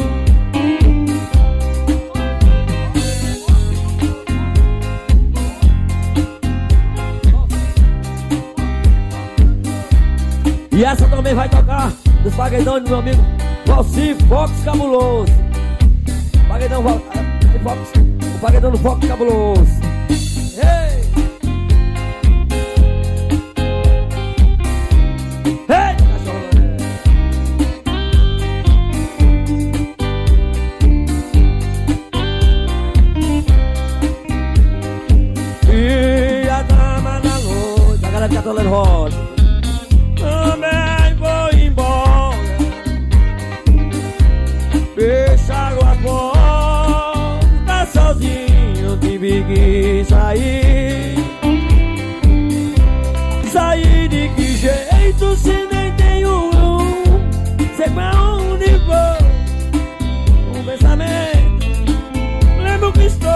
S5: essa também vai tocar dos paredões do meu amigo Valci Fox Cabuloso. Paredão Val- ah, Fox, o paredão do Fox Cabuloso. Ei! Ei, cachorro! né? Lelé. E a dama da luz, a galera que tá tolando rosa. Também vou embora. Fecharam a porta sozinho, tive que sair. Sair de que jeito se nem tenho um? Sei pra onde vou. Um pensamento, lembro que estou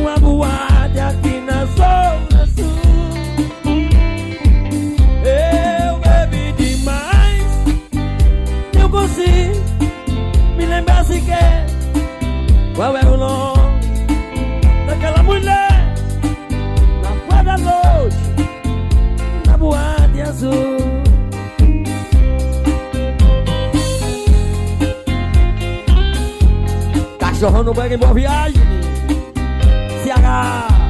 S5: uma boate aqui na zona sul. Eu bebi demais, eu consigo me lembrar sequer qual era o nome daquela mulher na rua da noite, na boate azul. Cachorro no banho em boa viagem. Ceará.